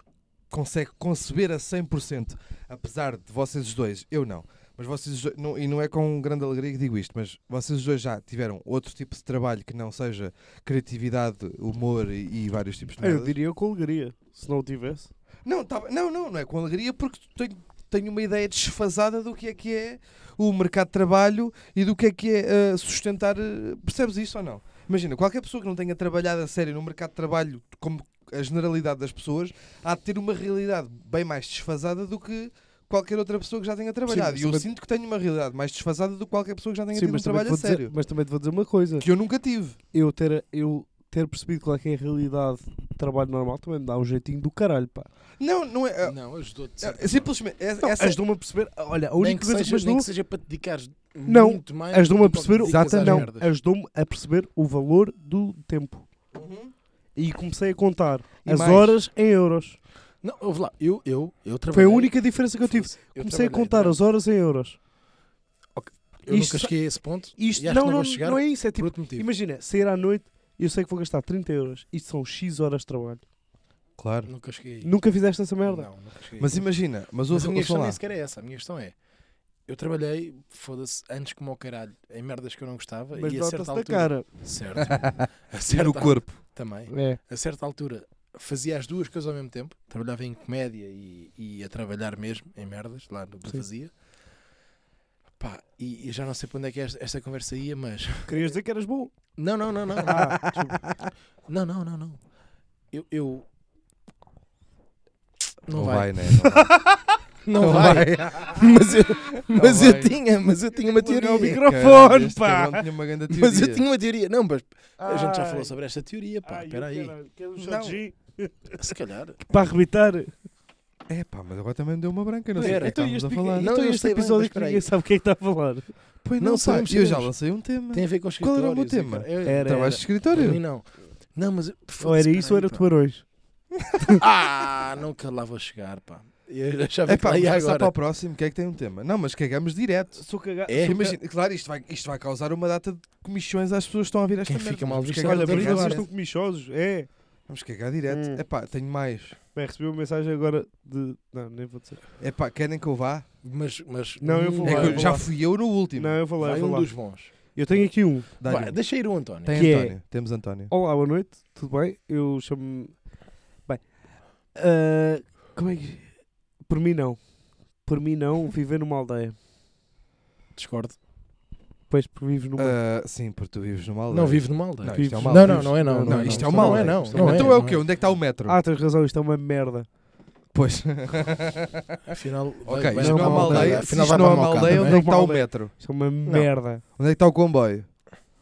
S3: consegue conceber a 100%, apesar de vocês os dois, eu não, mas vocês os dois, não- e não é com grande alegria que digo isto, mas vocês os dois já tiveram outro tipo de trabalho que não seja criatividade, humor e, e vários tipos de
S2: Eu
S3: merdas.
S2: diria com alegria, se não o tivesse.
S3: Não, tá, não, não, não é com alegria porque tenho, tenho uma ideia desfasada do que é que é o mercado de trabalho e do que é que é eh, sustentar. eh, percebes isso ou não? Imagina, qualquer pessoa que não tenha trabalhado a sério no mercado de trabalho, como a generalidade das pessoas, há de ter uma realidade bem mais desfasada do que qualquer outra pessoa que já tenha trabalhado.
S2: mas
S3: e eu
S2: também-
S3: sinto que tenho uma realidade mais desfasada do que qualquer pessoa que já tenha tido um
S2: mas também, te
S3: trabalho
S2: vou
S3: a
S2: dizer-
S3: sério.
S2: mas também te vou dizer uma coisa.
S3: Que eu nunca tive.
S2: Eu ter, eu ter percebido qual é que é a realidade de trabalho normal também me dá um jeitinho do caralho, pá.
S3: Não, não é. eh,
S1: Não, ajudou-te. de
S3: eh,
S1: certa
S3: simplesmente. é-
S2: Não,
S3: essa-
S2: ajudou-me a perceber. Olha, a
S1: forma.
S2: única
S1: nem que,
S2: coisa que um me
S1: seja, nem
S2: ajudou.
S1: que seja para te dedicares
S2: Não,
S1: muito mais.
S2: Ajudou-me a
S1: do que
S2: perceber.
S1: tu
S3: é
S1: dedicas às
S2: Não,
S1: merdas.
S2: ajudou-me a perceber o valor do tempo.
S3: Uhum.
S2: E comecei a contar
S3: E
S2: as
S3: mais?
S2: horas em euros.
S1: Não, ouve lá, eu, eu, eu
S2: Foi
S1: trabalhei.
S2: a única diferença que é? eu tive.
S1: Foda-se,
S2: Comecei a
S1: trabalhei,
S2: contar
S1: não é?
S2: as horas em euros.
S1: Eu
S2: Isto-
S1: nunca cheguei a esse ponto.
S2: Isto
S1: e acho
S2: não,
S1: que
S2: não,
S1: vou chegar
S2: não é isso. É
S1: por
S2: tipo,
S1: outro motivo.
S2: imagina, sair à noite e eu sei que vou gastar 30 euros. Isto são X horas de trabalho.
S3: Claro.
S1: Nunca cheguei. aí.
S2: Nunca fizeste essa merda?
S1: Não, nunca cheguei.
S3: Mas
S1: aí.
S3: imagina, mas
S1: Mas
S3: ouve
S1: a
S3: o
S1: minha
S3: que eu
S1: questão
S3: lá.
S1: nem sequer é essa. A minha questão é. Eu trabalhei, foda-se, antes como ao caralho, em merdas que eu não gostava
S2: Mas
S1: e a
S2: nota-se
S1: certa
S2: da
S1: altura.
S2: cara.
S1: Certo. A certa,
S3: Era
S2: Tá.
S3: o corpo.
S1: Também.
S2: É.
S1: a certa altura fazia as duas coisas ao mesmo tempo. Trabalhava em comédia e, e a trabalhar mesmo em merdas, lá no que
S2: Sim.
S1: fazia. Pá, e, e já não sei para onde é que esta, esta conversa ia, mas.
S2: Querias dizer que eras bom.
S1: Não, não, não, não.
S2: Ah, desculpa.
S1: Não, não, não, não. Eu. eu- Não,
S3: Não
S1: vai.
S3: vai, né?
S1: Não, vai. Mas eu, mas
S3: Não
S1: eu
S3: vai.
S1: tinha, mas eu tinha uma
S2: Largar o
S1: teoria.
S2: micro- Microfone,
S3: um este
S2: pá!
S3: cabrão tinha uma grande teoria.
S1: Mas eu tinha uma teoria. Não, mas a gente já
S2: Ai.
S1: falou sobre esta teoria, pá.
S2: Ai,
S1: Espera aí.
S2: caralho, quero um
S3: Não.
S2: shot de gin.
S1: Se calhar.
S2: Para arrebitar.
S3: É pá, mas agora também me deu uma branca, não sei o que
S1: Era.
S3: é que
S2: Então
S3: estávamos
S2: este,
S3: a falar.
S1: Não,
S2: então
S1: eu
S2: este
S1: sei bem,
S2: episódio
S1: mas
S2: que
S1: espera
S2: ninguém
S1: aí.
S2: sabe o que é que está a falar.
S3: Pois
S1: não
S3: não, pá,
S1: sabemos,
S3: eu já
S1: sabemos.
S3: lancei um tema.
S1: Tem a ver com os
S3: Qual era o meu
S1: escritórios e
S3: tema?
S1: o cara-
S2: Era,
S3: Trabalhos de
S1: Para mim
S3: escritório. É
S1: não. Não, mas. eu-
S2: Ou
S1: foda-se,
S2: era
S1: pá,
S2: isso ou era
S1: pá.
S2: tubarões.
S1: Ah, nunca lá vou chegar, pá. Eu achava
S3: É
S1: que
S3: pá,
S1: lá ia
S3: passar para
S1: agora.
S3: o próximo, que é que tem um tema? Não, mas cagamos direto.
S2: Sou cagado.
S1: É.
S3: Tu imagina- claro, isto vai, isto vai causar uma data de comissões às pessoas que estão a ouvir esta
S1: Quem
S3: merda.
S1: fica mal
S3: Vamos
S1: visto
S3: cagar
S2: Olha,
S1: é
S2: mas
S1: Obrigado.
S2: vocês
S3: direto.
S2: estão comichosos. É.
S3: Vamos cagar direto.
S2: Hum.
S3: É pá, tenho mais.
S2: Bem, recebi uma mensagem agora de. Não, nem vou dizer.
S3: É pá, querem que eu vá?
S1: Mas, mas
S2: Não, eu vou
S3: É
S2: lá,
S3: que
S2: eu
S3: eu-
S2: vou
S3: já
S2: lá.
S3: fui eu no último.
S2: Não, eu vou lá, eu
S1: Vai
S2: vou
S1: um
S2: lá.
S1: dos bons.
S2: Eu tenho aqui um.
S3: Dá-lhe
S1: Vai,
S3: um.
S1: deixa ir o António.
S3: Tem
S2: que é-
S3: António. Temos António.
S2: Olá, boa noite, tudo bem? Eu chamo-me. Bem. ah, como é que. Por mim não. Por mim não, viver numa aldeia.
S1: Discordo.
S2: Pois, por vives numa.
S3: Ah, sim, porque tu vives numa aldeia.
S1: Não vive numa aldeia.
S3: Não,
S2: vives-
S3: isto é uma
S1: Não,
S3: aldeia.
S1: não, não é não.
S2: Não, não,
S1: isto
S3: isto
S1: é
S3: é uma
S1: não é
S3: aldeia.
S1: não.
S2: Isto
S1: não
S3: então é, o
S1: não
S3: quê? Onde é que está o metro?
S2: Ah, tens razão, isto é uma merda.
S3: pois.
S1: Afinal,
S3: ok,
S1: vai- vai
S3: isto não é
S1: para
S3: uma aldeia. Se
S1: Afinal, vai
S3: isto não é
S1: para
S3: uma
S1: uma
S3: aldeia, onde
S1: aldeia.
S3: é
S2: não
S3: que está
S2: é
S3: o
S2: uma aldeia.
S3: metro?
S2: Isto é uma merda.
S3: Onde é que está o comboio?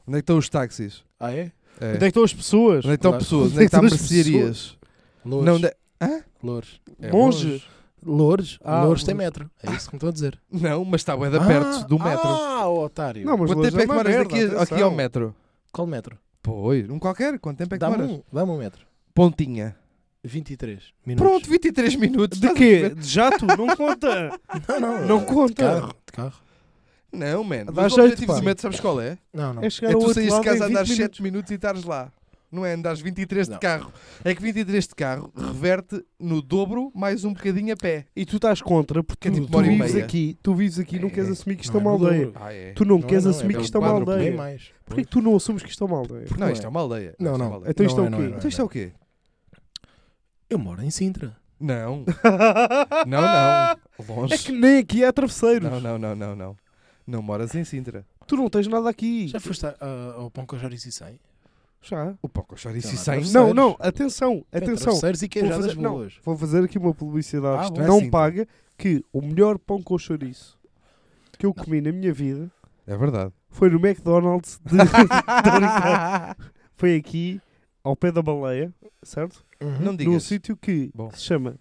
S3: Onde é que estão os táxis?
S1: Ah, é?
S3: É.
S2: Onde é que estão as pessoas?
S3: Onde é que estão
S1: Claro.
S3: pessoas?
S2: Onde
S3: Onde
S2: é
S3: é
S2: que
S3: que está
S2: estão as
S3: mercearias? Não,
S1: Lourdes.
S3: onde é-
S1: Lourdes. É
S2: Longe?
S1: Lourdes.
S2: Ah,
S1: Lourdes tem
S2: Lourdes.
S1: metro. É isso que me estão a dizer.
S3: não, mas está bué de perto
S1: Ah,
S3: do metro.
S1: Ah, ó, otário.
S2: Não, mas
S3: Quanto
S2: longe
S3: tempo é que
S2: uma
S3: moras
S2: merda,
S3: daqui a- aqui
S2: atenção.
S3: ao metro?
S1: Qual metro?
S3: Pois, um qualquer. Quanto tempo é que
S1: Dá-me
S3: moras?
S1: um, dá-me um metro.
S3: Pontinha.
S1: 23 minutos.
S3: Pronto, 23 minutos.
S2: De
S3: estás a
S2: quê?
S3: ver?
S2: De jato? Não conta!
S1: Não, não.
S2: Não
S1: de
S2: conta.
S1: Carro, de carro.
S3: Não, man.
S2: Dá
S3: Mas o
S2: jeito,
S3: objetivo
S2: pá.
S3: do metro, sabes qual é?
S1: Não, não.
S2: É chegar
S3: É
S2: ao
S3: tu
S2: outro
S3: saís de
S2: lado
S3: casa,
S2: em 20
S3: andares
S2: minutos.
S3: 7 minutos e estares lá. Não é andares 23 de
S1: Não.
S3: carro. É que 23 de carro reverte no dobro mais um bocadinho a pé.
S2: E tu estás contra porque
S3: É tipo
S2: tu,
S3: uma hora e
S2: vives
S3: meia.
S2: aqui, tu vives aqui e não
S3: É.
S2: queres assumir que isto é
S1: Não,
S2: uma
S1: é no dobro.
S2: aldeia.
S3: Ah, é?
S2: Tu não, queres
S1: é
S2: assumir
S1: pelo
S2: que isto é uma
S3: quadruplo,
S1: Nem
S2: aldeia.
S1: mais.
S2: Porquê que tu não assumes que isto é uma aldeia?
S1: Porque
S3: Não, isto é uma aldeia.
S1: Não,
S3: Isto é
S1: não.
S3: uma aldeia.
S2: Então isto
S1: Não
S2: é
S1: é,
S2: o
S1: não
S2: quê?
S1: é, não
S3: Então isto é o quê?
S1: Eu moro em Sintra.
S3: Não. Não, não. Longe.
S2: É que nem aqui há travesseiros.
S3: Não, não, não, não, não. Não moras em Sintra.
S2: Tu não tens nada aqui.
S1: Já foste a- a- ao Pão com Joris e Sem?
S2: Já.
S3: O Paco Chorizo
S1: Sei lá,
S3: sem.
S1: travesseiro.
S2: Não,
S1: Travesseiros.
S2: não, atenção,
S3: É
S2: atenção.
S1: Terceiros e
S2: Vou
S1: queijadas
S2: fazer, não,
S1: boas.
S2: vou fazer aqui uma publicidade
S3: Ah,
S2: isto
S3: bom.
S2: não
S3: É assim,
S2: paga que o melhor pão com chouriço que eu comi na minha vida
S3: É verdade.
S2: foi no McDonald's de... Tô a brincar. foi aqui ao pé da baleia, certo?
S3: Não
S2: Num
S3: digas.
S2: sítio que
S3: Bom.
S2: se chama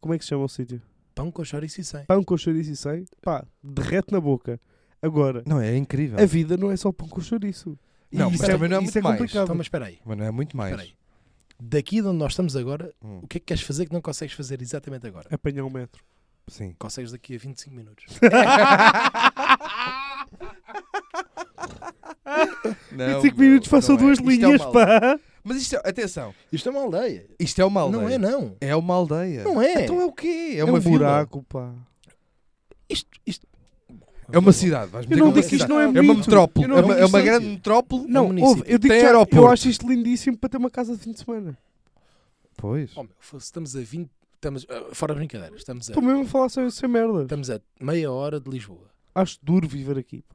S2: Como é que se chama o sítio?
S1: Pão com Joris e Sem.
S2: Pão com chouriço e sem, pá, derrete na boca. Agora,
S3: Não, é incrível.
S2: a vida não é só pão com chouriço. E
S3: Não,
S2: isso
S3: mas
S2: é-
S3: também não é
S2: isso
S3: muito
S2: é
S3: mais.
S2: complicado.
S1: Então, mas espera aí.
S3: Mas não é muito
S1: Espera aí.
S3: mais.
S1: Daqui de onde nós estamos agora,
S3: Hum,
S1: o que é que queres fazer que não consegues fazer exatamente agora?
S2: Apanhar um metro.
S3: Sim.
S1: Consegues daqui a 25 minutos.
S3: Não,
S2: 25
S3: meu,
S2: minutos façam
S3: não é.
S2: duas
S3: Isto é uma
S2: linhas,
S3: aldeia.
S2: pá.
S3: Mas isto é, atenção,
S1: Isto é uma aldeia.
S3: isto é uma aldeia.
S1: Não é, não.
S3: É uma aldeia.
S1: Não é.
S3: Então é o quê? É,
S2: É
S3: uma
S2: um
S3: vila.
S2: buraco, pá.
S1: Isto, isto.
S3: É uma cidade. Vais
S2: Eu
S3: meter
S2: não
S3: que é uma
S2: digo que isto
S3: cidade.
S2: não é
S3: É uma
S2: bonito.
S3: metrópole.
S1: Eu não
S3: É
S1: digo
S3: uma,
S1: que
S3: é
S1: isto
S3: uma
S1: é
S3: grande
S1: bonito.
S3: metrópole.
S1: É um
S2: Não,
S1: município.
S2: ouve, eu digo
S3: Tem
S2: já, eu
S3: aeroporto.
S2: acho isto lindíssimo para ter uma casa de fim de semana.
S3: Pois.
S1: Oh, meu, fosse- estamos a 20. Estamos, ah, fora de brincadeira, estamos a,
S2: Estou mesmo a falar sem, sem merda.
S1: estamos a meia hora de Lisboa.
S2: Acho duro viver aqui. pá.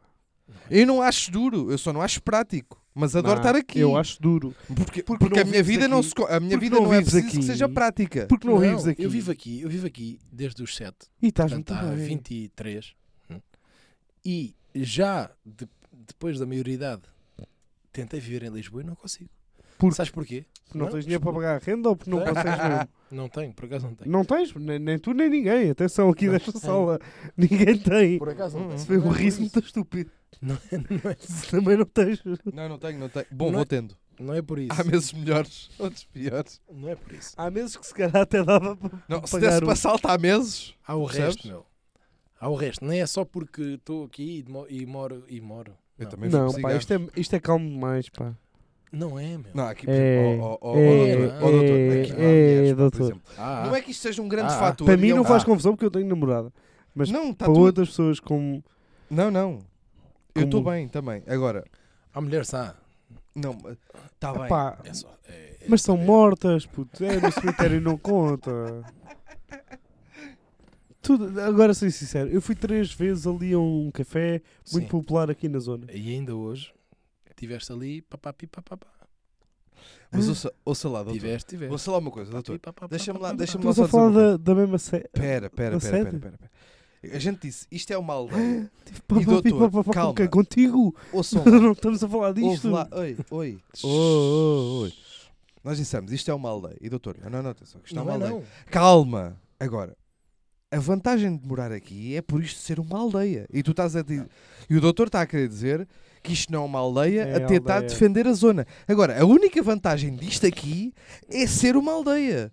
S3: Eu não acho duro, eu só não acho prático. Mas adoro
S2: Não,
S3: estar aqui.
S2: Eu acho duro.
S3: Porque,
S2: porque
S3: porque a
S2: não
S3: minha
S2: vives
S3: vida não
S2: aqui.
S3: se co- a minha
S2: Porque
S3: vida
S2: não
S3: não, é
S2: vives
S3: preciso
S2: aqui.
S3: que seja prática.
S2: Porque não, vives aqui.
S1: Eu vivo aqui, eu vivo aqui desde os 7,
S2: E estás muito
S1: portanto há
S2: bem.
S1: 23. hum, E já de- depois da maioridade tentei viver em Lisboa e não consigo.
S2: Porque-
S1: Sabes porquê?
S2: Não,
S1: Não,
S2: tens dinheiro para
S1: desculpa.
S2: pagar a renda ou porque não
S1: Tenho.
S2: passas mesmo?
S1: Não tenho, por acaso não tenho.
S2: Não tens, nem, nem tu nem ninguém. Atenção aqui
S1: Não.
S2: nesta sala. Ninguém tem.
S1: Por acaso
S3: Hum,
S1: não
S3: hum.
S1: tenho.
S2: Foi um
S1: Não é por
S2: riso
S1: isso.
S2: muito estúpido.
S1: Não é- não é-
S2: Também não tens.
S3: Não, não tenho, não tenho. Bom,
S1: Não
S3: vou
S1: é-
S3: tendo.
S1: Não é por isso.
S3: Há meses melhores, outros piores.
S1: Não é por isso.
S2: Há meses que se calhar até dava para
S3: Não, se
S2: pagar
S3: desse
S2: o-
S3: para salto há meses.
S1: Há o
S3: Percebes?
S1: resto, meu. Há o resto. Nem é só porque estou aqui e, demo- e moro. E moro.
S3: Eu
S1: Não.
S3: também
S2: Não,
S3: fumo
S2: pá,
S3: cigarros.
S2: isto é, isto é calmo demais, pá.
S1: Não é, meu.
S3: Não, aqui, por
S2: É,
S3: exemplo, ó- ó- ó,
S2: é,
S3: doutor, ó, doutor, aqui não há
S2: é,
S3: mulheres, pá, por
S2: doutor.
S3: exemplo.
S1: Ah,
S3: Não é que isto seja um grande
S1: Ah, ah.
S3: fator.
S2: Para mim não faz
S3: com.
S2: confusão porque eu tenho namorada. mas
S3: Não, tá
S2: para
S3: tudo-
S2: outras pessoas como.
S3: Não, não. Eu estou
S2: Como-
S3: bem também. Agora,
S1: há mulheres, há.
S3: não,
S2: Tá
S3: está tá bem.
S2: Pá,
S1: É só. é- é-
S2: mas são
S1: é-
S2: mortas, puto. É no cemitério e não conta. Tudo, agora sou sincero, eu fui três vezes ali a um café
S1: Sim.
S2: muito popular aqui na zona.
S1: E ainda hoje tiveste ali. Papá, pipa, papá.
S3: Mas ouça, ouça lá, doutor.
S1: Tiveste, tiveste.
S3: Ouça lá uma coisa, doutor.
S1: Papá, papá,
S3: Deixa-me lá,
S1: papá,
S3: deixa-me lá
S2: Estamos
S3: só
S2: a
S3: dizer uma
S2: falar
S3: coisa.
S2: da, da mesma série.
S3: Pera,
S2: da
S3: pera, pera, pera,
S2: sede?
S3: pera, pera. A gente disse, isto é uma aldeia.
S2: tipo, Pá,
S3: E,
S2: pá, pá,
S3: doutor,
S2: pá, pá,
S3: calma.
S2: com quem? Contigo?
S3: Ouçam lá.
S2: não estamos a falar
S3: Ouve
S2: disto.
S3: lá. Oi, oi.
S1: Oh,
S3: Oi, oi, oi. Nós dissemos, isto é uma aldeia. E doutor, não, não, não, atenção, que isto é
S1: Não
S3: uma
S1: é,
S3: aldeia.
S1: não.
S3: Calma. Agora, a vantagem de morar aqui é por isto ser uma aldeia. E tu estás a dizer, e o doutor está a querer dizer que isto não é uma aldeia
S2: É
S3: a tentar
S2: aldeia.
S3: defender a zona. Agora, a única vantagem disto aqui é ser uma aldeia.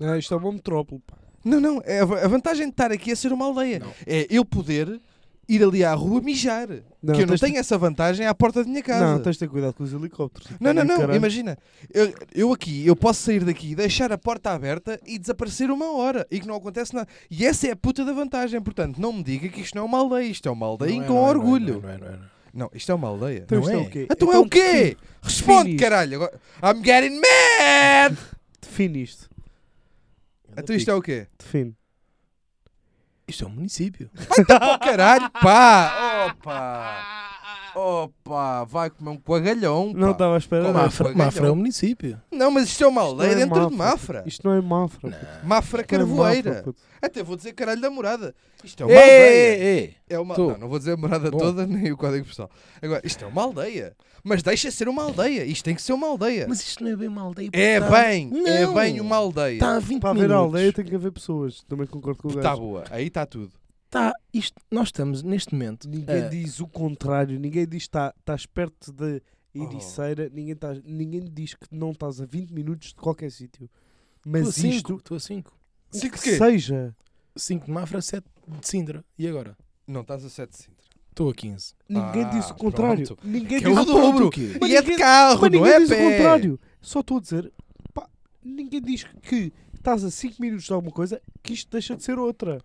S2: Ah, isto é uma metrópole, pá.
S3: Não, não. é A a vantagem de estar aqui é ser uma aldeia. É eu poder ir ali à rua mijar.
S2: Não,
S3: que eu não
S2: tens de-
S3: tenho essa vantagem à porta da minha casa.
S2: Não, tens de ter cuidado com os helicópteros.
S3: Não, não, não,
S2: Caralho.
S3: imagina. Eu, eu aqui, eu posso sair daqui, deixar a porta aberta e desaparecer uma hora e que não acontece nada. E essa é a puta da vantagem. Portanto, não me diga que isto não é uma aldeia. Isto é uma aldeia
S1: Não é,
S3: com
S1: não é, não é,
S3: orgulho.
S1: não é, não é, não é.
S3: Não, isto é uma aldeia.
S2: Então
S1: Não
S2: isto é
S1: é.
S2: o quê?
S3: Então, é o quê?
S2: define-
S3: Responde,
S2: define isto.
S3: caralho. Agora, I'm getting mad!
S2: Define isto.
S3: Então isto é o quê?
S2: Define.
S1: Isto é um município.
S3: Oh, caralho, pá! Opa! Opa! Vai comer um coagalhão, pá.
S2: Não estava à espera.
S3: Não, Como
S2: dessa.
S1: Mafra,
S3: foi,
S1: Mafra é
S3: ganhou.
S1: um município.
S3: Não, mas isto é uma
S2: Isto não
S3: aldeia
S2: é
S3: dentro de
S2: Mafra.
S3: Mafra.
S2: Isto não é Mafra. puto.
S3: Mafra
S2: Não é
S3: Carvoeira.
S2: Mafra, puto.
S3: Até vou dizer caralho da morada. Isto é uma aldeia.
S1: Ei, ei,
S3: É uma...
S1: Tu.
S3: Não, não vou dizer a morada
S1: Bom.
S3: toda nem o código postal. Agora, isto é uma aldeia. Mas deixa ser uma aldeia. Isto tem que ser uma aldeia.
S1: Mas isto não é bem uma aldeia.
S3: É
S1: porque tá-
S3: bem, é
S1: Não.
S3: bem uma aldeia.
S1: Está a 20
S2: Para haver
S1: minutos.
S2: aldeia tem que haver pessoas. Também concordo com o Tá, gajo.
S3: Está boa, aí está tudo.
S1: Tá, isto, nós estamos neste momento.
S2: Ninguém
S1: Ah.
S2: diz o contrário. Ninguém diz que tá- estás perto da Ericeira. Ninguém, tá, ninguém diz que não estás a 20 minutos de qualquer sítio. Mas
S1: Estou a 5.
S2: isto,
S1: Estou a 5.
S2: o
S3: Cinco
S2: que
S3: de quê?
S2: seja,
S3: Ah,
S1: 5 de Mafra, 7 de Sintra. E agora?
S3: Não estás a 7 de Sintra.
S1: Estou a 15.
S2: ninguém
S3: Ah,
S2: diz o contrário.
S3: pronto.
S2: Ninguém
S3: Que
S2: diz
S3: é o
S2: o contrário.
S3: dobro.
S1: o quê?
S2: Mas
S3: E é de
S2: ninguém-
S3: carro,
S2: Mas
S3: não
S2: ninguém
S3: é a
S2: diz o
S3: pé.
S2: contrário. Só estou a dizer, pá, ninguém diz que estás a 5 minutos de alguma coisa que isto deixa de ser outra.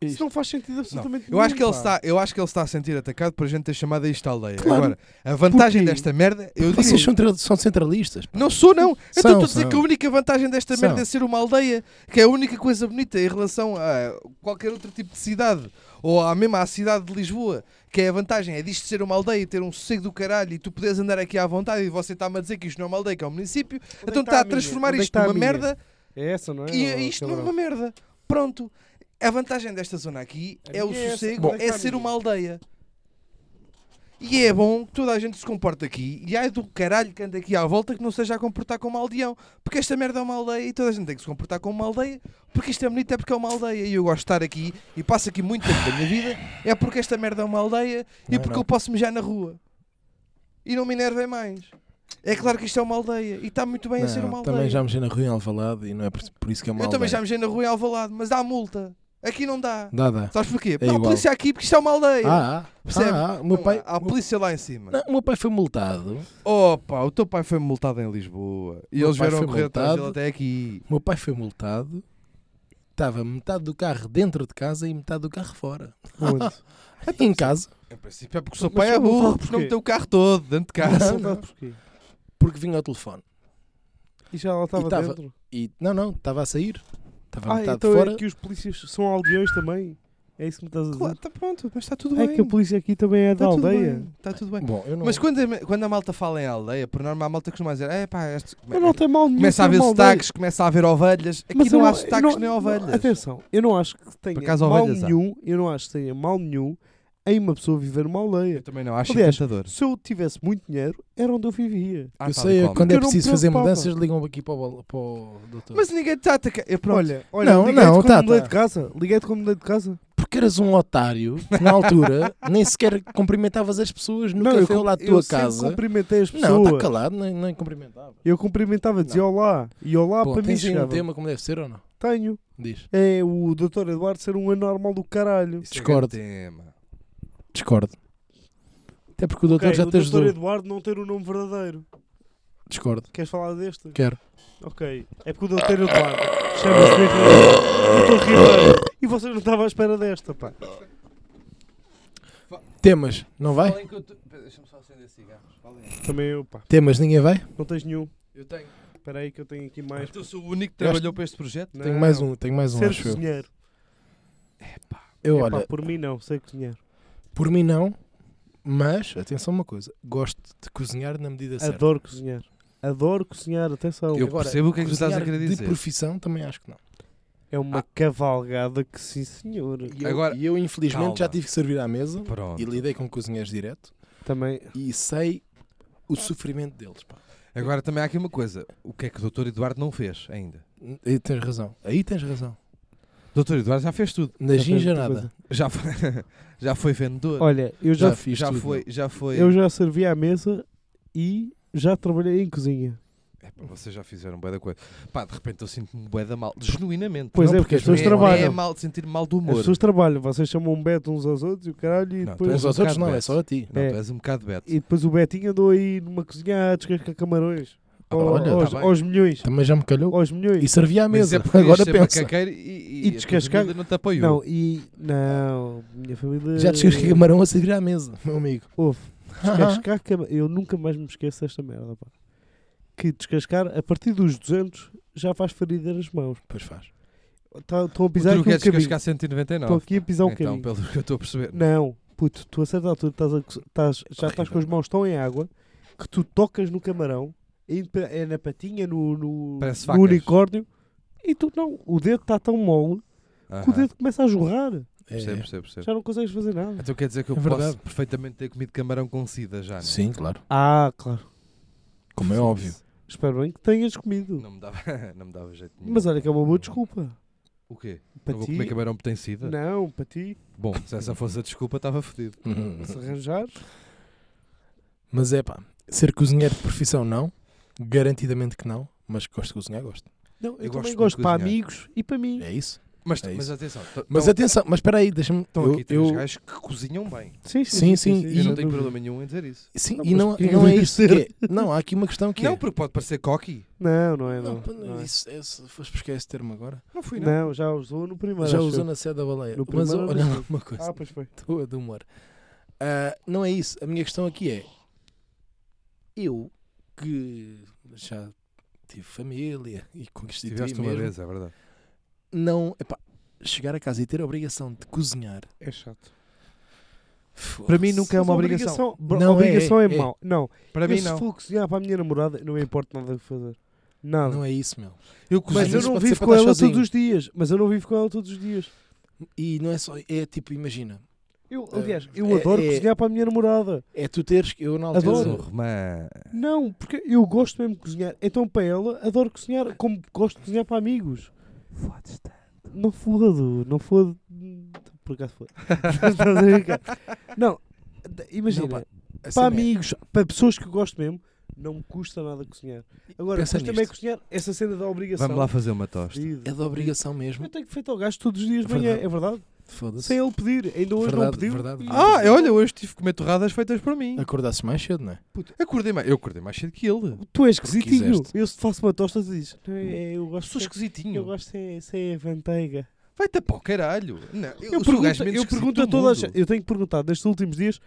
S2: Isso
S1: Isto.
S2: não faz sentido absolutamente
S3: Eu acho, que ele
S2: nenhum, pá.
S3: está, eu acho que ele está a sentir atacado por a gente ter chamado a isto aldeia.
S1: Claro.
S3: Agora, a vantagem
S2: Porquê?
S3: desta merda, eu digo.
S1: Vocês são, tra- são centralistas. pá.
S3: Não sou, não. Então
S1: São,
S3: estou a dizer
S1: são.
S3: que a única vantagem desta
S1: São.
S3: merda é ser uma aldeia, que é a única coisa bonita em relação a qualquer outro tipo de cidade, ou à mesmo à cidade de Lisboa, que é a vantagem, é disto ser uma aldeia, ter um sossego do caralho e tu poderes andar aqui à vontade e você está-me a dizer que isto não é uma aldeia, que é um município,
S2: é
S3: então
S2: que
S3: está
S2: está
S3: a
S2: a minha?
S3: transformar
S2: Onde é que
S3: isto
S2: está a
S3: numa
S2: minha?
S3: merda
S2: É essa, não é?
S3: e
S2: ó,
S3: isto não é
S2: cabrão?
S3: uma merda. Pronto. A vantagem desta zona aqui
S2: A
S3: é o
S2: minha é essa.
S3: sossego,
S2: Bom.
S3: é ser uma aldeia. E é bom que toda a gente se comporte aqui e ai do caralho que anda aqui à volta que não seja a comportar como aldeão. Porque esta merda é uma aldeia e toda a gente tem que se comportar como uma aldeia porque isto é bonito, é porque é uma aldeia. E eu gosto de estar aqui e passo aqui muito tempo da minha vida é porque esta merda é uma aldeia e
S1: Não,
S3: porque
S1: não.
S3: eu posso mijar na rua. E não me enervem mais. É claro que isto é uma aldeia e está muito bem a ser
S1: Não,
S3: uma aldeia.
S1: também já mexi na rua em Alvalade e não é por, por isso que é uma
S3: Eu
S1: aldeia.
S3: também já mejei na rua em Alvalade, mas dá multa. Aqui não dá.
S1: Dá, dá.
S3: Sabes porquê? Porque
S1: É
S3: há
S1: igual.
S3: polícia aqui porque isto é uma aldeia.
S1: Ah, ah,
S3: Percebe?
S1: ah, ah, o meu
S3: Não,
S1: pai,
S3: há- há polícia lá em cima.
S1: não, o meu pai foi multado.
S3: Opa, o teu pai foi multado em Lisboa. E
S1: Meu
S3: eles
S1: pai
S3: vieram
S1: foi
S3: correr atrás dele
S1: multado.
S3: até aqui.
S1: O meu pai foi multado. Estava metade do carro dentro de casa e metade do carro fora.
S2: Onde?
S3: Então
S1: em casa.
S3: Em princípio é porque o seu
S2: Mas
S3: pai é
S2: eu vou falar
S3: burro, porque não
S2: porquê.
S3: meteu o carro todo dentro de casa.
S2: Não, não, porquê?
S1: Porque vinha ao telefone.
S2: E já ela estava
S1: E tava-
S2: dentro.
S3: um
S1: E não, não, estava a sair. Estava
S2: Ah,
S1: metade
S2: então
S1: fora.
S2: é que os polícias são aldeões também? É isso que me estás a dizer?
S3: Claro, está pronto, mas está tudo
S2: é
S3: bem.
S2: que a polícia aqui também é
S3: Está
S2: da
S3: tudo
S2: aldeia.
S3: bem, Está tudo bem.
S1: Bom, eu não.
S3: Mas quando a, quando a malta fala em aldeia, por norma a malta costuma dizer, é pá, este...
S2: Mas não tem mal nenhum.
S3: começa a
S2: ser
S3: haver
S2: uma aldeia.
S3: sotaques, começa a haver ovelhas. Aqui
S2: eu
S3: não há
S2: eu
S3: sotaques nem
S2: não-
S3: ovelhas.
S2: Atenção, eu não acho que tenha
S3: Por acaso,
S2: mal
S3: ovelhas há.
S2: nenhum, eu não acho que tenha mal nenhum em uma pessoa viver numa
S3: Eu
S2: aldeia.
S3: também não acho
S2: Aliás,
S3: encantador.
S2: Se eu tivesse muito dinheiro, era onde eu vivia.
S3: Ah,
S1: eu
S3: tal
S1: sei,
S3: e
S1: é
S3: qual,
S1: quando é
S2: Eu não me
S1: preciso fazer
S2: preocupava.
S1: mudanças, ligam aqui para o, para o doutor.
S3: Mas ninguém está a atacar. Eu, pronto.
S2: Olha, olha,
S1: Não,
S2: liguei-te
S1: não,
S2: quando
S1: tá,
S2: mudei
S1: tá.
S2: de casa. Liguei-te quando mudei de casa.
S1: porque eras um otário, na altura, nem sequer cumprimentavas as pessoas no
S2: não,
S1: café
S2: eu,
S1: lá da
S2: eu
S1: tua
S2: sempre
S1: casa.
S2: cumprimentei as
S1: Não,
S2: pessoas.
S1: está calado, nem, nem cumprimentava.
S2: eu cumprimentava, dizia olá. E olá
S1: Bom,
S2: Ah, para mim
S1: tens aí um
S2: chegava.
S1: tema como deve ser ou não?
S2: Tenho.
S1: Diz.
S2: É o Dr. Eduardo ser um anormal do caralho.
S3: Isso é
S1: Discordo.
S3: grande tema.
S1: Discordo. Até porque o doutor
S2: Ok,
S1: já
S2: o
S1: te ajudou.
S2: Dr. Eduardo não ter o nome verdadeiro.
S1: Discordo.
S2: Queres falar deste?
S1: Quero.
S2: Ok. É porque o Dr. Eduardo chama-se Dr. Ribeiro. Dr. Ribeiro. E você não estava à espera desta, pá.
S1: Temas, não vai?
S3: Deixa-me só acender cigarros.
S2: Também eu, pá.
S1: Temas, ninguém vai?
S2: Não tens nenhum.
S3: Eu tenho.
S2: Espera aí que eu tenho aqui mais.
S3: Então sou o único que
S1: Eu acho-
S3: trabalhou para este projeto?
S2: Não.
S1: Tenho mais um, tenho mais um,
S2: Ser
S1: acho eu.
S2: cozinheiro.
S1: Eu,
S2: Epá,
S1: olha,
S2: por mim não, sei cozinhar.
S1: por mim não, mas, atenção a uma coisa, gosto de cozinhar na medida certa.
S2: Adoro cozinhar. Adoro cozinhar, atenção.
S3: Eu
S1: Agora,
S3: percebo o que é que tu estás a
S1: cozinhar
S3: querer
S1: De
S3: dizer.
S1: profissão também acho que não.
S2: É uma
S1: Ah.
S2: cavalgada que sim, senhor.
S1: E eu,
S3: Agora-
S1: e eu, infelizmente já
S3: Calma.
S1: tive que servir à mesa e
S3: Pronto.
S1: lidei com cozinheiros direto
S2: Também.
S1: e sei o sofrimento deles. Pá.
S3: Agora também há aqui uma coisa. O que é que o Dr. Eduardo não fez ainda?
S1: Aí tens razão, aí tens razão.
S3: O Dr. Eduardo já fez tudo.
S1: Na
S2: Já fez
S1: ginja
S2: muita
S1: nada.
S3: Já foi, já foi vendedor.
S2: Olha, eu já,
S1: Já fiz
S3: já
S1: tudo.
S3: foi, já foi.
S2: eu já servi à mesa e já trabalhei em cozinha.
S3: Epá, É, vocês já fizeram bué da coisa. Pá, de repente eu sinto-me bué da mal. Genuinamente.
S2: Pois
S3: não
S2: é, porque as pessoas
S3: é,
S2: trabalham.
S3: É mal de sentir mal do humor.
S2: As pessoas trabalham, vocês chamam um beto uns aos outros e o caralho e
S3: Não, tu
S2: depois...
S1: Uns aos outros não, é só a ti.
S3: Não,
S2: É.
S3: tu és um bocado beto.
S2: E depois o Betinho andou aí numa cozinha a descascar camarões.
S3: Ah,
S2: Ao-
S1: olha,
S2: aos,
S3: tá bem.
S2: aos milhões.
S1: Também já me calhou.
S2: Aos milhões.
S1: E servia à
S3: Mas
S1: mesa.
S3: é porque
S1: Agora
S3: ser
S1: pensa.
S3: macaqueiro e, e,
S2: E
S3: a tua
S2: descascar-
S3: família não te apoiou.
S2: Não, e. Não, minha família.
S1: Já te esqueci que camarão a servir à mesa, meu amigo.
S2: Houve. Descascar cam- Eu nunca mais me esqueço desta merda, pá. Que descascar, a partir dos 200, já faz ferida nas mãos.
S1: Pois faz.
S2: Tá- Estão a
S3: O
S2: pisar aqui
S3: truque é
S2: um
S3: descascar
S2: caminho. Estão
S3: 199.
S2: aqui a pisar um
S3: então,
S2: caminho.
S3: pelo que eu estou a perceber.
S2: Não, puto, tu a certa altura estás a co- estás- já estás com as mãos tão em água que tu tocas no camarão, é pe- é na patinha, no, no,
S3: Parece
S2: no
S3: vacas.
S2: unicórnio, e tu não, o dedo está tão mole que o
S3: Aham.
S2: dedo começa a jorrar.
S1: É.
S3: Percebo, percebo, percebo.
S2: Já não consegues fazer nada.
S3: Então quer dizer que eu
S1: É verdade.
S3: posso perfeitamente ter comido camarão com sida já, não é?
S1: Sim, claro.
S2: Ah, claro.
S1: Como é óbvio.
S2: Espero bem que tenhas comido.
S3: Não me dava, não me dava jeito nenhum.
S2: Mas olha que é uma boa desculpa.
S3: O quê?
S2: Para
S3: não vou
S2: ti.
S3: comer camarão porque tem sida?
S2: Não, para ti.
S3: Bom, se essa fosse a desculpa, estava fodido.
S1: Uhum.
S2: Se arranjares.
S1: Mas é pá, ser cozinheiro de profissão não, garantidamente que não, mas gosto de cozinhar, gosto.
S2: Não, eu,
S3: Eu
S2: também
S3: gosto de
S2: gosto para
S3: cozinhar.
S2: amigos e para mim.
S1: É isso.
S3: Mas,
S1: É
S3: mas
S1: isso.
S3: atenção, t-
S1: Mas
S3: estão-
S1: atenção, mas espera aí, deixa-me.
S3: estão
S1: eu-
S3: Então- aqui três
S1: eu-
S3: gajos que cozinham bem.
S2: Sim,
S1: Sim, sim, e
S3: Eu
S1: Sim,
S3: não
S1: sem
S3: tenho problema nenhum em dizer isso.
S1: Sim,
S2: Não,
S1: e não,
S2: mas porquê que
S1: não é
S2: devia
S1: isso que é. Não, há aqui uma questão que
S3: não,
S1: é.
S3: porque pode parecer cocky.
S2: Não, não é. Não,
S1: Não,
S2: não, é.
S1: isso, isso, esquece esse termo agora.
S3: Não fui, não.
S2: não já usou no primeiro.
S1: Já
S2: acho
S1: usou
S2: eu.
S1: na sede da baleia.
S2: No
S1: Mas
S2: primeiro
S1: olha
S2: não.
S1: lá uma coisa.
S2: Ah, pois foi.
S1: tua de humor. Ah, não é isso. A minha questão aqui é: eu que já tive família e constituí
S3: Tiveste uma
S1: mesmo,
S3: vez, é verdade.
S1: não, epá, chegar a casa e ter a obrigação de cozinhar.
S2: É chato.
S3: Para mim nunca é
S2: Mas
S3: uma obrigação.
S2: bro,
S1: Não, é,
S2: obrigação é,
S1: é.
S2: mau. Não,
S3: Para mim
S2: eu se
S3: não.
S2: for cozinhar para a minha namorada, não me importa nada de fazer. Nada.
S1: Não é isso, meu.
S3: Eu
S2: mas
S1: cozinho,
S2: eu
S1: isso
S2: não
S1: pode ser
S2: vivo
S1: para
S2: com
S1: estar
S2: ela
S1: sozinho.
S2: todos os dias. Mas eu não vivo com ela todos os dias.
S1: E não é só, é tipo, imagina,
S2: Eu,
S1: É,
S2: aliás, eu
S1: é-
S2: adoro
S1: é-
S2: cozinhar para a minha namorada.
S1: é tu teres que eu na altura
S3: És
S2: Adoro.
S3: um romã.
S2: Não, porque eu gosto mesmo de cozinhar. Então, para ela, adoro cozinhar como gosto de cozinhar para amigos.
S3: Fodes
S2: Não fodo, não fodo. Por acaso fodo. Estás a brincar? não, d- imagina,
S1: Não, pá, a
S2: para
S1: cena é-
S2: amigos, para pessoas que eu gosto mesmo, não me custa nada cozinhar. Agora,
S1: Pensa
S2: custa também
S1: nisto.
S2: cozinhar essa cena da obrigação.
S3: Vamos lá fazer uma tosta.
S2: Fodido.
S1: é da obrigação mesmo.
S2: Eu tenho feito ao gajo todos os dias de
S1: É
S2: manhã,
S1: verdade.
S2: é verdade?
S1: Foda-se.
S2: Sem ele pedir, ainda hoje não
S1: Verdade,
S2: pediu.
S1: verdade.
S2: e-
S3: Ah, é, olha, hoje tive que comer torradas feitas por mim.
S2: Ah,
S1: Acordasses mais cedo, não é?
S3: Acordei mais. Eu acordei mais cedo que ele.
S2: Tu és esquisitinho.
S1: quiseste.
S2: Eu se te faço uma tosta, tu dizes. "Não, é, Eu
S3: Sou
S2: gosto de eu
S3: esquisitinho.
S2: gosto sem, sem a manteiga.
S3: Vai-te para o caralho. Não,
S2: Eu,
S3: sou o gajo
S2: pergunto,
S3: menos
S2: eu
S3: esquisito
S2: pergunto a
S3: do
S2: toda a
S3: mundo.
S2: gente. Eu tenho que perguntar nestes últimos dias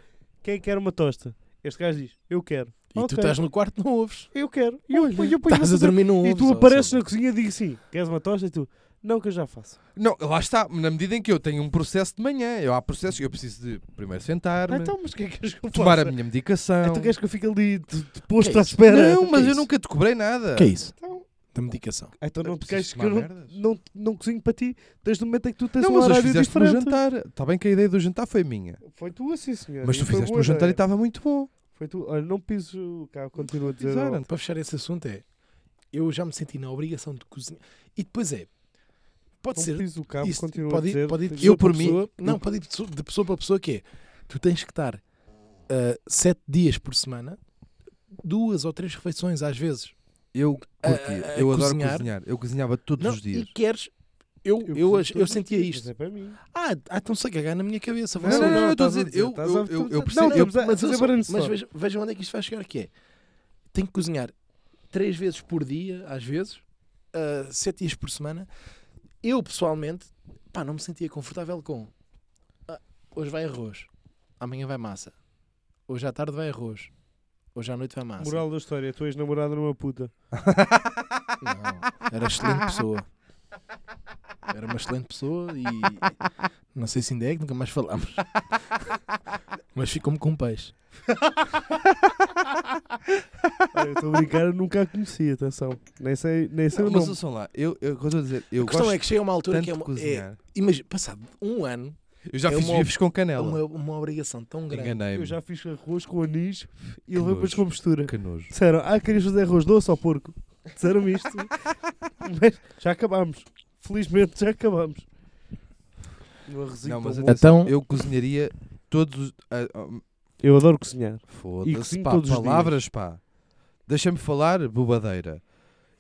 S2: quem é quer uma tosta. Este gajo diz: Eu quero.
S1: E
S2: Ok.
S1: tu estás no quarto, não ouves.
S2: Eu quero. E eu, eu, eu ponho
S1: Estás a
S2: uma
S1: dormir, não
S2: tosta.
S1: ouves.
S2: E tu
S1: ó,
S2: apareces
S1: só-
S2: na cozinha e digo sim, queres uma tosta? E tu, não, que eu já faço.
S3: Não, lá está, na medida em que eu tenho um processo de manhã, eu há processos, eu preciso de primeiro sentar-me,
S2: Ah, então, mas o que é que queres que eu
S3: tomar a
S2: faça?
S3: minha medicação.
S2: Ah, tu queres que eu fique ali de-
S1: Que
S2: deposto
S1: é
S2: à
S1: isso?
S2: espera?
S3: Não, mas
S1: que é
S3: eu
S1: isso?
S3: nunca te cobrei nada.
S1: Que é isso?
S2: Então-
S1: Da medicação.
S2: Ah, Então não te
S3: Preciso
S2: queixes que
S3: tomar
S2: eu não,
S3: merdas.
S2: não, não cozinho para ti desde o momento em que tu tens
S3: Não,
S2: um
S3: mas hoje
S2: horário
S3: fizeste um
S2: diferente.
S3: jantar. Está bem que a ideia do jantar foi minha.
S2: Foi é. tu assim, senhor.
S3: Mas tu fizeste um jantar e estava muito bom.
S2: Foi tu. Olha, não piso cá, continua a dizer.
S3: Pisaram.
S1: Para fechar esse assunto é, eu já me senti na obrigação de cozinhar. E depois é, pode
S2: Não
S1: ser,
S2: piso o cabo,
S1: Isso
S2: continua
S1: pode
S2: a
S1: ir-
S2: dizer.
S1: pode ir de
S2: tens-
S1: pessoa
S3: Eu, por
S1: para
S3: mim-
S1: pessoa- não, pode ir de pessoa, de pessoa para pessoa que é, tu tens que estar ah, sete dias por semana, duas ou três refeições às vezes.
S3: Eu
S1: A-
S3: curti,
S1: a- a
S3: eu adoro
S1: cozinhar.
S3: cozinhar. Eu cozinhava todos
S1: Não,
S3: os dias.
S1: E queres, eu, eu,
S2: cozinho
S1: hoje- eu,
S2: todos os
S1: sentia
S2: dias,
S1: isto.
S2: mas É para mim.
S1: Ah, ah, estão-se a cagar na minha cabeça.
S2: Não,
S1: vocês.
S2: não, não,
S3: estou a
S2: estás a
S3: dizer,
S2: dizer,
S3: eu-
S2: estás a-
S3: eu- eu- eu
S2: não,
S3: percebo.
S2: não,
S3: eu-
S2: estamos a-
S1: tá. mas,
S2: fazer
S1: ouça-
S2: brainstorm.
S1: mas vejam, vejam onde é que isto vai chegar que é. Tenho que cozinhar três vezes por dia, às vezes, ah, sete dias por semana. Eu, pessoalmente, pá, não me sentia confortável com ah, hoje vai arroz, amanhã vai massa, hoje à tarde vai arroz, hoje à noite vai massa.
S2: Moral da história, tu és namorada numa puta.
S1: Não, era excelente pessoa. Era uma excelente pessoa e não sei se ainda é que nunca mais falámos. Mas ficou-me com um peixe.
S2: Olha, eu Estou a brincar, eu nunca a conheci, atenção. Nem sei, nem sei é o
S3: mas
S2: nome.
S3: ouçam lá, eu, eu, o que eu estou a dizer, eu
S1: a questão
S3: gosto
S1: é que chega uma altura
S3: tanto
S1: que é
S3: de
S1: uma. É,
S3: cozinhar.
S1: imagina, passado um ano,
S3: eu já
S1: é
S3: fiz
S1: uma-
S3: bifes com
S1: é
S3: canela.
S1: uma, uma obrigação tão grande.
S3: Enganei-me.
S2: Eu já fiz arroz com anis e
S3: Que
S2: levei para
S3: nojo.
S2: descompostura.
S3: Que nojo.
S2: Disseram, ah, querias fazer arroz doce ou porco? Disseram-me isto. mas já acabámos. Felizmente já acabámos. No arrozinho
S3: Não, mas
S2: tão bom.
S1: Então,
S3: Eu cozinharia todos os... ah, ah,
S2: Eu adoro cozinhar.
S3: Foda-se,
S2: cozinho
S3: pá,
S2: todos os
S3: palavras, pá. Deixa-me falar, bobadeira.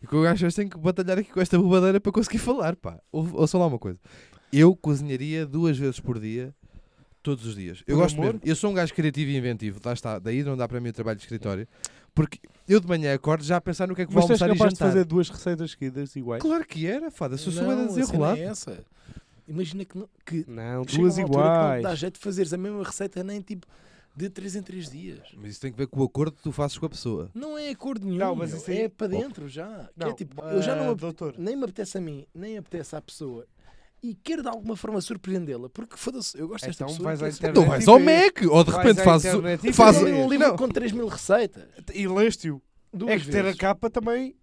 S3: E com o gajo hoje tem que batalhar aqui com esta bobadeira para conseguir falar, pá. Ou- Ouçam lá uma coisa. Eu cozinharia duas vezes por dia, todos os dias. Eu
S2: Por
S3: gosto
S2: amor?
S3: mesmo. Eu sou um gajo criativo e inventivo, lá está. Daí não dá para mim o trabalho de escritório. Porque eu de manhã acordo já a pensar no que é que vou
S2: Mas tu és
S3: almoçar e
S2: capaz de
S3: jantar.
S2: fazer duas receitas seguidas iguais?
S3: Claro que era, fada. Sou sou bué de
S1: Não, a cena
S3: desenrolado.
S1: é essa. Imagina que, não- que
S2: Não,
S1: chega uma altura que
S2: duas
S1: não te
S2: iguais.
S1: dá jeito de fazeres a mesma receita nem tipo de 3 em 3 dias.
S3: Mas isso tem que ver com o acordo que tu fazes com a pessoa.
S1: Não é acordo nenhum,
S2: Não, mas
S1: meu.
S2: isso aí-
S1: é para dentro já. Que é
S2: Não,
S1: tipo, eu já
S2: ah,
S1: não apete-
S2: doutor.
S1: nem me apetece a mim, nem apetece à pessoa. E quero de alguma forma surpreendê-la, porque foda-se, eu gosto desta
S2: Então
S1: pessoa. é
S2: vais à
S1: quero
S2: internet.
S3: Tu vais ao
S2: e vês.
S3: Mac, ou de
S2: Vais
S3: repente
S2: à
S3: fazes.
S2: internet e
S1: surpreendê-la.
S3: fazes-
S1: Eu tenho um
S2: vês.
S1: livro com 3 mil receitas.
S2: E leste-o.
S1: Duas
S2: É que ter a
S1: vezes.
S2: capa também,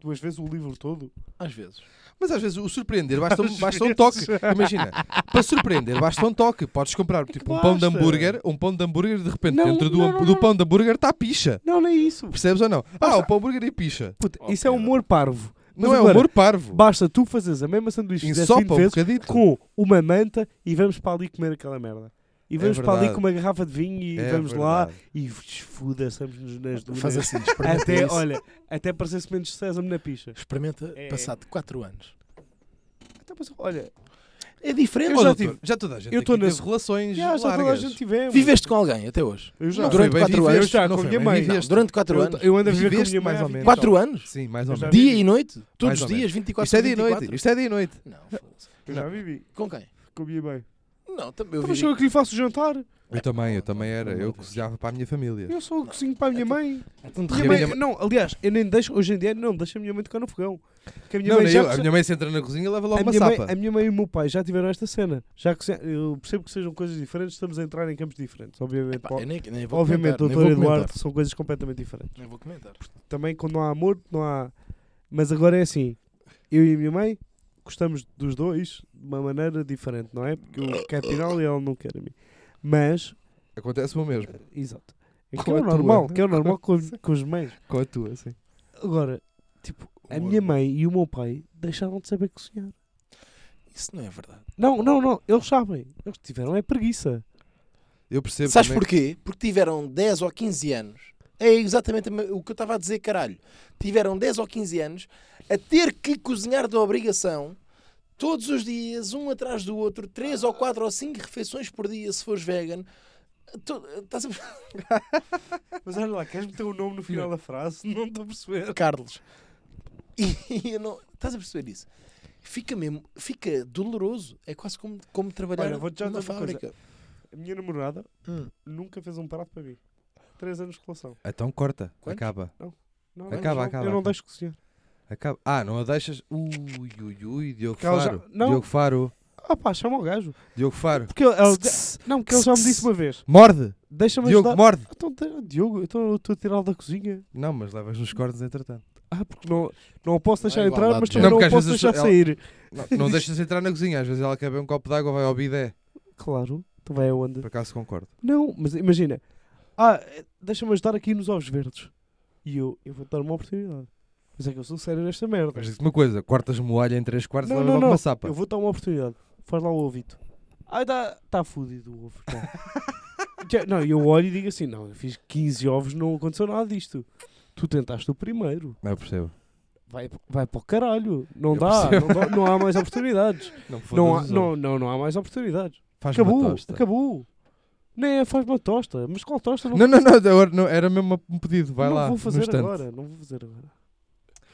S2: duas vezes o livro todo.
S1: Às vezes.
S3: Mas às vezes o surpreender basta, um-
S2: Às
S3: basta um
S2: vezes.
S3: toque. Imagina, para surpreender basta um toque. Podes comprar tipo um pão de
S2: basta.
S3: hambúrguer, um pão de hambúrguer e de repente
S2: Não,
S3: dentro do,
S2: não,
S3: hambú-
S2: não,
S3: do
S2: não.
S3: pão de hambúrguer está a picha.
S2: Não, não é isso.
S3: Percebes ou não? Ah, o pão hambúrguer e picha.
S2: Puta,
S1: Oh,
S2: isso é
S1: Pedro.
S2: humor parvo.
S3: Não
S2: Mas
S3: é
S2: agora,
S3: humor parvo.
S2: Basta tu fazeres a mesma sanduíche fizeste
S3: Ensopa
S2: 20
S3: um
S2: vezes
S3: bocadito.
S2: com uma manta e vamos para ali comer aquela merda. E
S3: É
S2: vamos para ali
S3: verdade.
S2: com uma garrafa de vinho e
S3: É
S2: vamos lá
S3: verdade.
S2: e esfudaçamos-nos nas duas.
S1: Faz assim, experimenta
S2: até,
S1: isso.
S2: olha, até parecer sementes de sésamo na picha.
S1: Experimenta
S2: É.
S1: passado 4 anos.
S2: Até parece- olha,
S1: É diferente.
S3: Eu
S1: ó,
S3: já,
S1: doutor.
S3: tive, já toda a gente
S2: Eu
S3: eu
S2: tô
S3: aqui
S2: nesse-
S3: teve relações
S2: já, já toda a
S3: largas.
S2: gente tivemos.
S1: Viveste com alguém até hoje?
S2: Eu já.
S1: Não,
S3: Foi
S1: durante
S3: bem
S1: quatro
S3: viver,
S1: anos.
S2: Eu já,
S3: não
S2: com
S3: foi
S2: minha
S3: bem
S2: mãe.
S1: Não,
S3: viver.
S1: durante 4
S2: eu,
S1: anos.
S2: eu ando a viver com a
S3: Viveste
S2: minha mãe
S3: mais
S2: há
S3: ou
S2: 20
S3: menos.
S1: Quatro anos?
S3: Sim, mais ou
S2: Eu já
S3: menos.
S2: vi.
S1: Dia e noite? Todos
S3: Mais
S1: os
S3: ou
S1: dias, 24
S3: Isto é dia e
S1: 24.
S3: noite. Isto é dia e noite.
S1: Não, foda-se.
S2: Eu já vivi
S1: Com quem?
S2: com a minha mãe.
S1: Não, também eu
S2: Mas
S1: vivi.
S2: eu aqui lhe faço jantar.
S3: Eu também, eu também era.
S1: Pelo amor
S3: Eu
S1: de Deus.
S3: cozinhava para a minha família.
S2: Eu só cozinho para a minha mãe.
S1: Então, de
S2: Minha
S1: repente-
S2: mãe- Não, aliás, É eu nem deixo, hoje em dia, não deixo a minha mãe tocar no fogão. Que a minha
S3: Não,
S2: mãe
S3: nem
S2: já
S3: eu. A
S2: cozi-
S3: minha mãe se entra na cozinha e leva
S2: a
S3: logo uma
S2: minha mãe-
S3: sapa.
S2: a minha mãe e o meu pai já tiveram esta cena. Já cozinha- eu percebo que sejam coisas diferentes, estamos a entrar em campos diferentes. Obviamente,
S1: Pá,
S2: Ó-
S1: eu nem, nem vou
S2: obviamente
S1: comentar, nem
S2: doutor
S1: vou comentar.
S2: Eduardo, são coisas completamente diferentes.
S1: Nem vou comentar.
S2: Também quando não há amor, não há. Mas agora é assim, eu e a minha mãe gostamos dos dois de uma maneira diferente, não é? Porque eu quero tirá-lo e ela não quer a mim. Mas,
S3: Acontece-me o mesmo.
S2: exato. É
S3: Com
S2: que é o
S3: a tua.
S2: normal, que é o normal com, com os mães.
S3: Com a tua, sim.
S2: Agora, tipo, a
S3: Humor,
S2: minha
S3: humor.
S2: mãe e o meu pai deixaram de saber cozinhar.
S1: Isso não é verdade.
S2: Não, não, não, eles sabem. Eles tiveram é preguiça.
S3: Eu percebo
S1: Sabes
S3: também.
S1: porquê? Porque tiveram 10 ou 15 anos. É exatamente a me- o que eu estava a dizer, caralho. Tiveram 10 ou 15 anos a ter que cozinhar da obrigação todos os dias, um atrás do outro, 3 ou 4 ou 5 refeições por dia, se fores vegan. Tu- estás a-
S2: Mas olha lá, queres meter o nome no
S1: final
S2: da frase? Não estou a perceber.
S1: Carlos. E eu não. Estás a perceber isso? Fica mesmo, fica doloroso. É quase como, como trabalhar
S2: Olha, vou-te já
S1: numa
S2: dizer uma coisa.
S1: fábrica.
S2: A minha namorada
S1: Hum.
S2: nunca fez um prato para mim. Três anos de relação.
S3: Então corta.
S1: Quantos?
S3: Acaba.
S2: Não, eu não-
S3: Acaba,
S2: Eu
S3: acaba,
S2: não
S3: acaba.
S2: deixo cozinhar.
S3: Acaba. Ah, não a deixas. Ui, ui, ui, Diogo
S2: Que ela já-
S3: Faro.
S2: Não.
S3: Diogo Faro.
S2: Ah pá, chama o gajo.
S3: Diogo Faro.
S2: Porque ele, ele- não, porque ele já me disse uma vez.
S3: Morde!
S2: Deixa-me
S3: Diogo,
S2: ajudar.
S3: morde!
S2: Então, de- Diogo, então eu estou a tirá-lo da cozinha.
S3: Não, mas levas nos cordes entretanto.
S2: Ah, porque não, não o posso deixar
S1: Não é
S2: entrar,
S1: igualdade
S2: mas
S1: de género.
S2: também não,
S3: Não,
S2: o
S3: porque às
S2: posso
S3: vezes
S2: deixar
S3: ela-
S2: sair.
S3: Não, não deixas entrar na cozinha, às vezes ela quer beber um copo de água, vai ao bidé.
S2: Claro, tu vai aonde?
S3: Por acaso concordo.
S2: Não, mas imagina. Ah, eh, deixa-me ajudar aqui nos ovos verdes. E eu, eu vou dar uma oportunidade. Mas é que eu sou sério nesta merda.
S3: Mas digo-te uma coisa: cortas moalha em três quartos e
S2: Não,
S3: levas
S2: não,
S3: logo
S2: não.
S3: uma sapa.
S2: Eu vou dar uma oportunidade. Faz lá o ovito. Ah, está tá fudido o ovo. pá. Já- não, eu olho e digo assim: não, eu fiz 15 ovos, não aconteceu nada disto. Tu tentaste o primeiro.
S3: Não, eu percebo.
S2: Vai, vai para o caralho. Não
S3: Eu
S2: dá,
S3: percebo.
S2: não dá- não há mais oportunidades.
S3: Não,
S2: Não há, não, não, não há mais oportunidades.
S3: Faz
S2: Acabou,
S3: uma tosta.
S2: acabou. Nem é, faz uma tosta. Mas qual tosta?
S3: Não, não, não, agora não, era mesmo um pedido, vai
S2: não
S3: lá.
S2: vou
S3: no
S2: fazer
S3: instante.
S2: agora. Não vou fazer agora.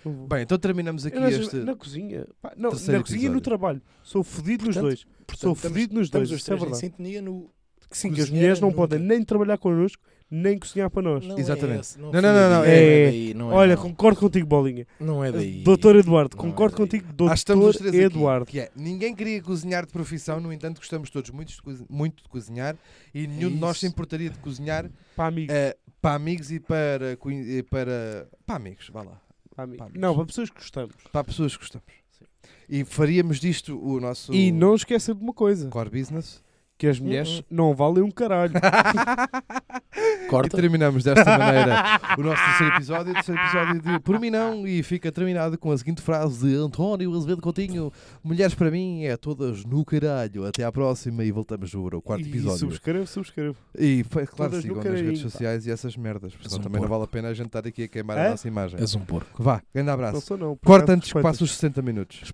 S2: Não vou.
S3: Bem, então terminamos aqui
S2: Eu não sei-
S3: este.
S2: Na cozinha. pá, não, na cozinha
S3: terceiro
S2: e no
S3: episódio.
S2: trabalho. Sou fodido nos
S1: Portanto,
S2: dois.
S1: Portanto,
S2: Sou
S1: estamos-
S2: fodido nos
S1: estamos
S2: dois.
S1: os
S2: Isso é
S1: três em
S2: verdade.
S1: sintonia no.
S2: Sim, que as
S1: cozinheira
S2: mulheres não
S1: nunca.
S2: podem nem trabalhar connosco, nem cozinhar para nós.
S1: Não
S3: Exatamente.
S1: É esse,
S3: Não, não, não, não,
S1: é,
S2: é-
S1: daí, não é,
S2: Olha,
S1: não.
S2: concordo contigo, Bolinha.
S1: não é daí.
S2: Doutor Eduardo,
S1: Não
S2: concordo
S1: é daí.
S2: contigo,
S3: Ah, estamos os
S2: doutor
S3: três aqui,
S2: Eduardo.
S3: que é, ninguém queria cozinhar de profissão, no entanto, gostamos todos muito de, cozi- muito de cozinhar
S2: É
S3: e nenhum de nós se
S1: isso.
S3: importaria de cozinhar
S2: Para amigos.
S3: eh, para amigos e para, conhe- e para. para amigos, vá lá.
S2: para amigos.
S3: para amigos.
S2: Não, para pessoas que gostamos.
S3: Para pessoas que gostamos.
S2: Sim.
S3: E faríamos disto o nosso
S2: E não esqueça de uma coisa:
S3: core business.
S2: que as mulheres não valem um caralho.
S3: E
S1: Corta.
S3: terminamos desta maneira o nosso terceiro episódio, o terceiro episódio de Por mim não, e fica terminado com a seguinte frase de António Azevedo Coutinho: Mulheres para mim é todas no caralho. Até à próxima e voltamos no quarto
S2: E
S3: episódio.
S2: subscreve, subscreve.
S3: E, foi claro,
S2: Todas
S3: sigam
S2: no
S3: nas redes
S2: caralho, pá.
S3: sociais e essas merdas, porque
S1: És
S3: senão
S1: um
S3: também não
S1: porco.
S3: vale a pena a gente estar aqui a queimar
S2: É?
S3: a nossa imagem.
S1: És um porco.
S3: Vá, grande
S2: Não
S3: abraço.
S2: sou não. por
S3: Tá. Corta
S2: acaso,
S3: antes que
S2: respeito.
S3: passe os 60 minutos.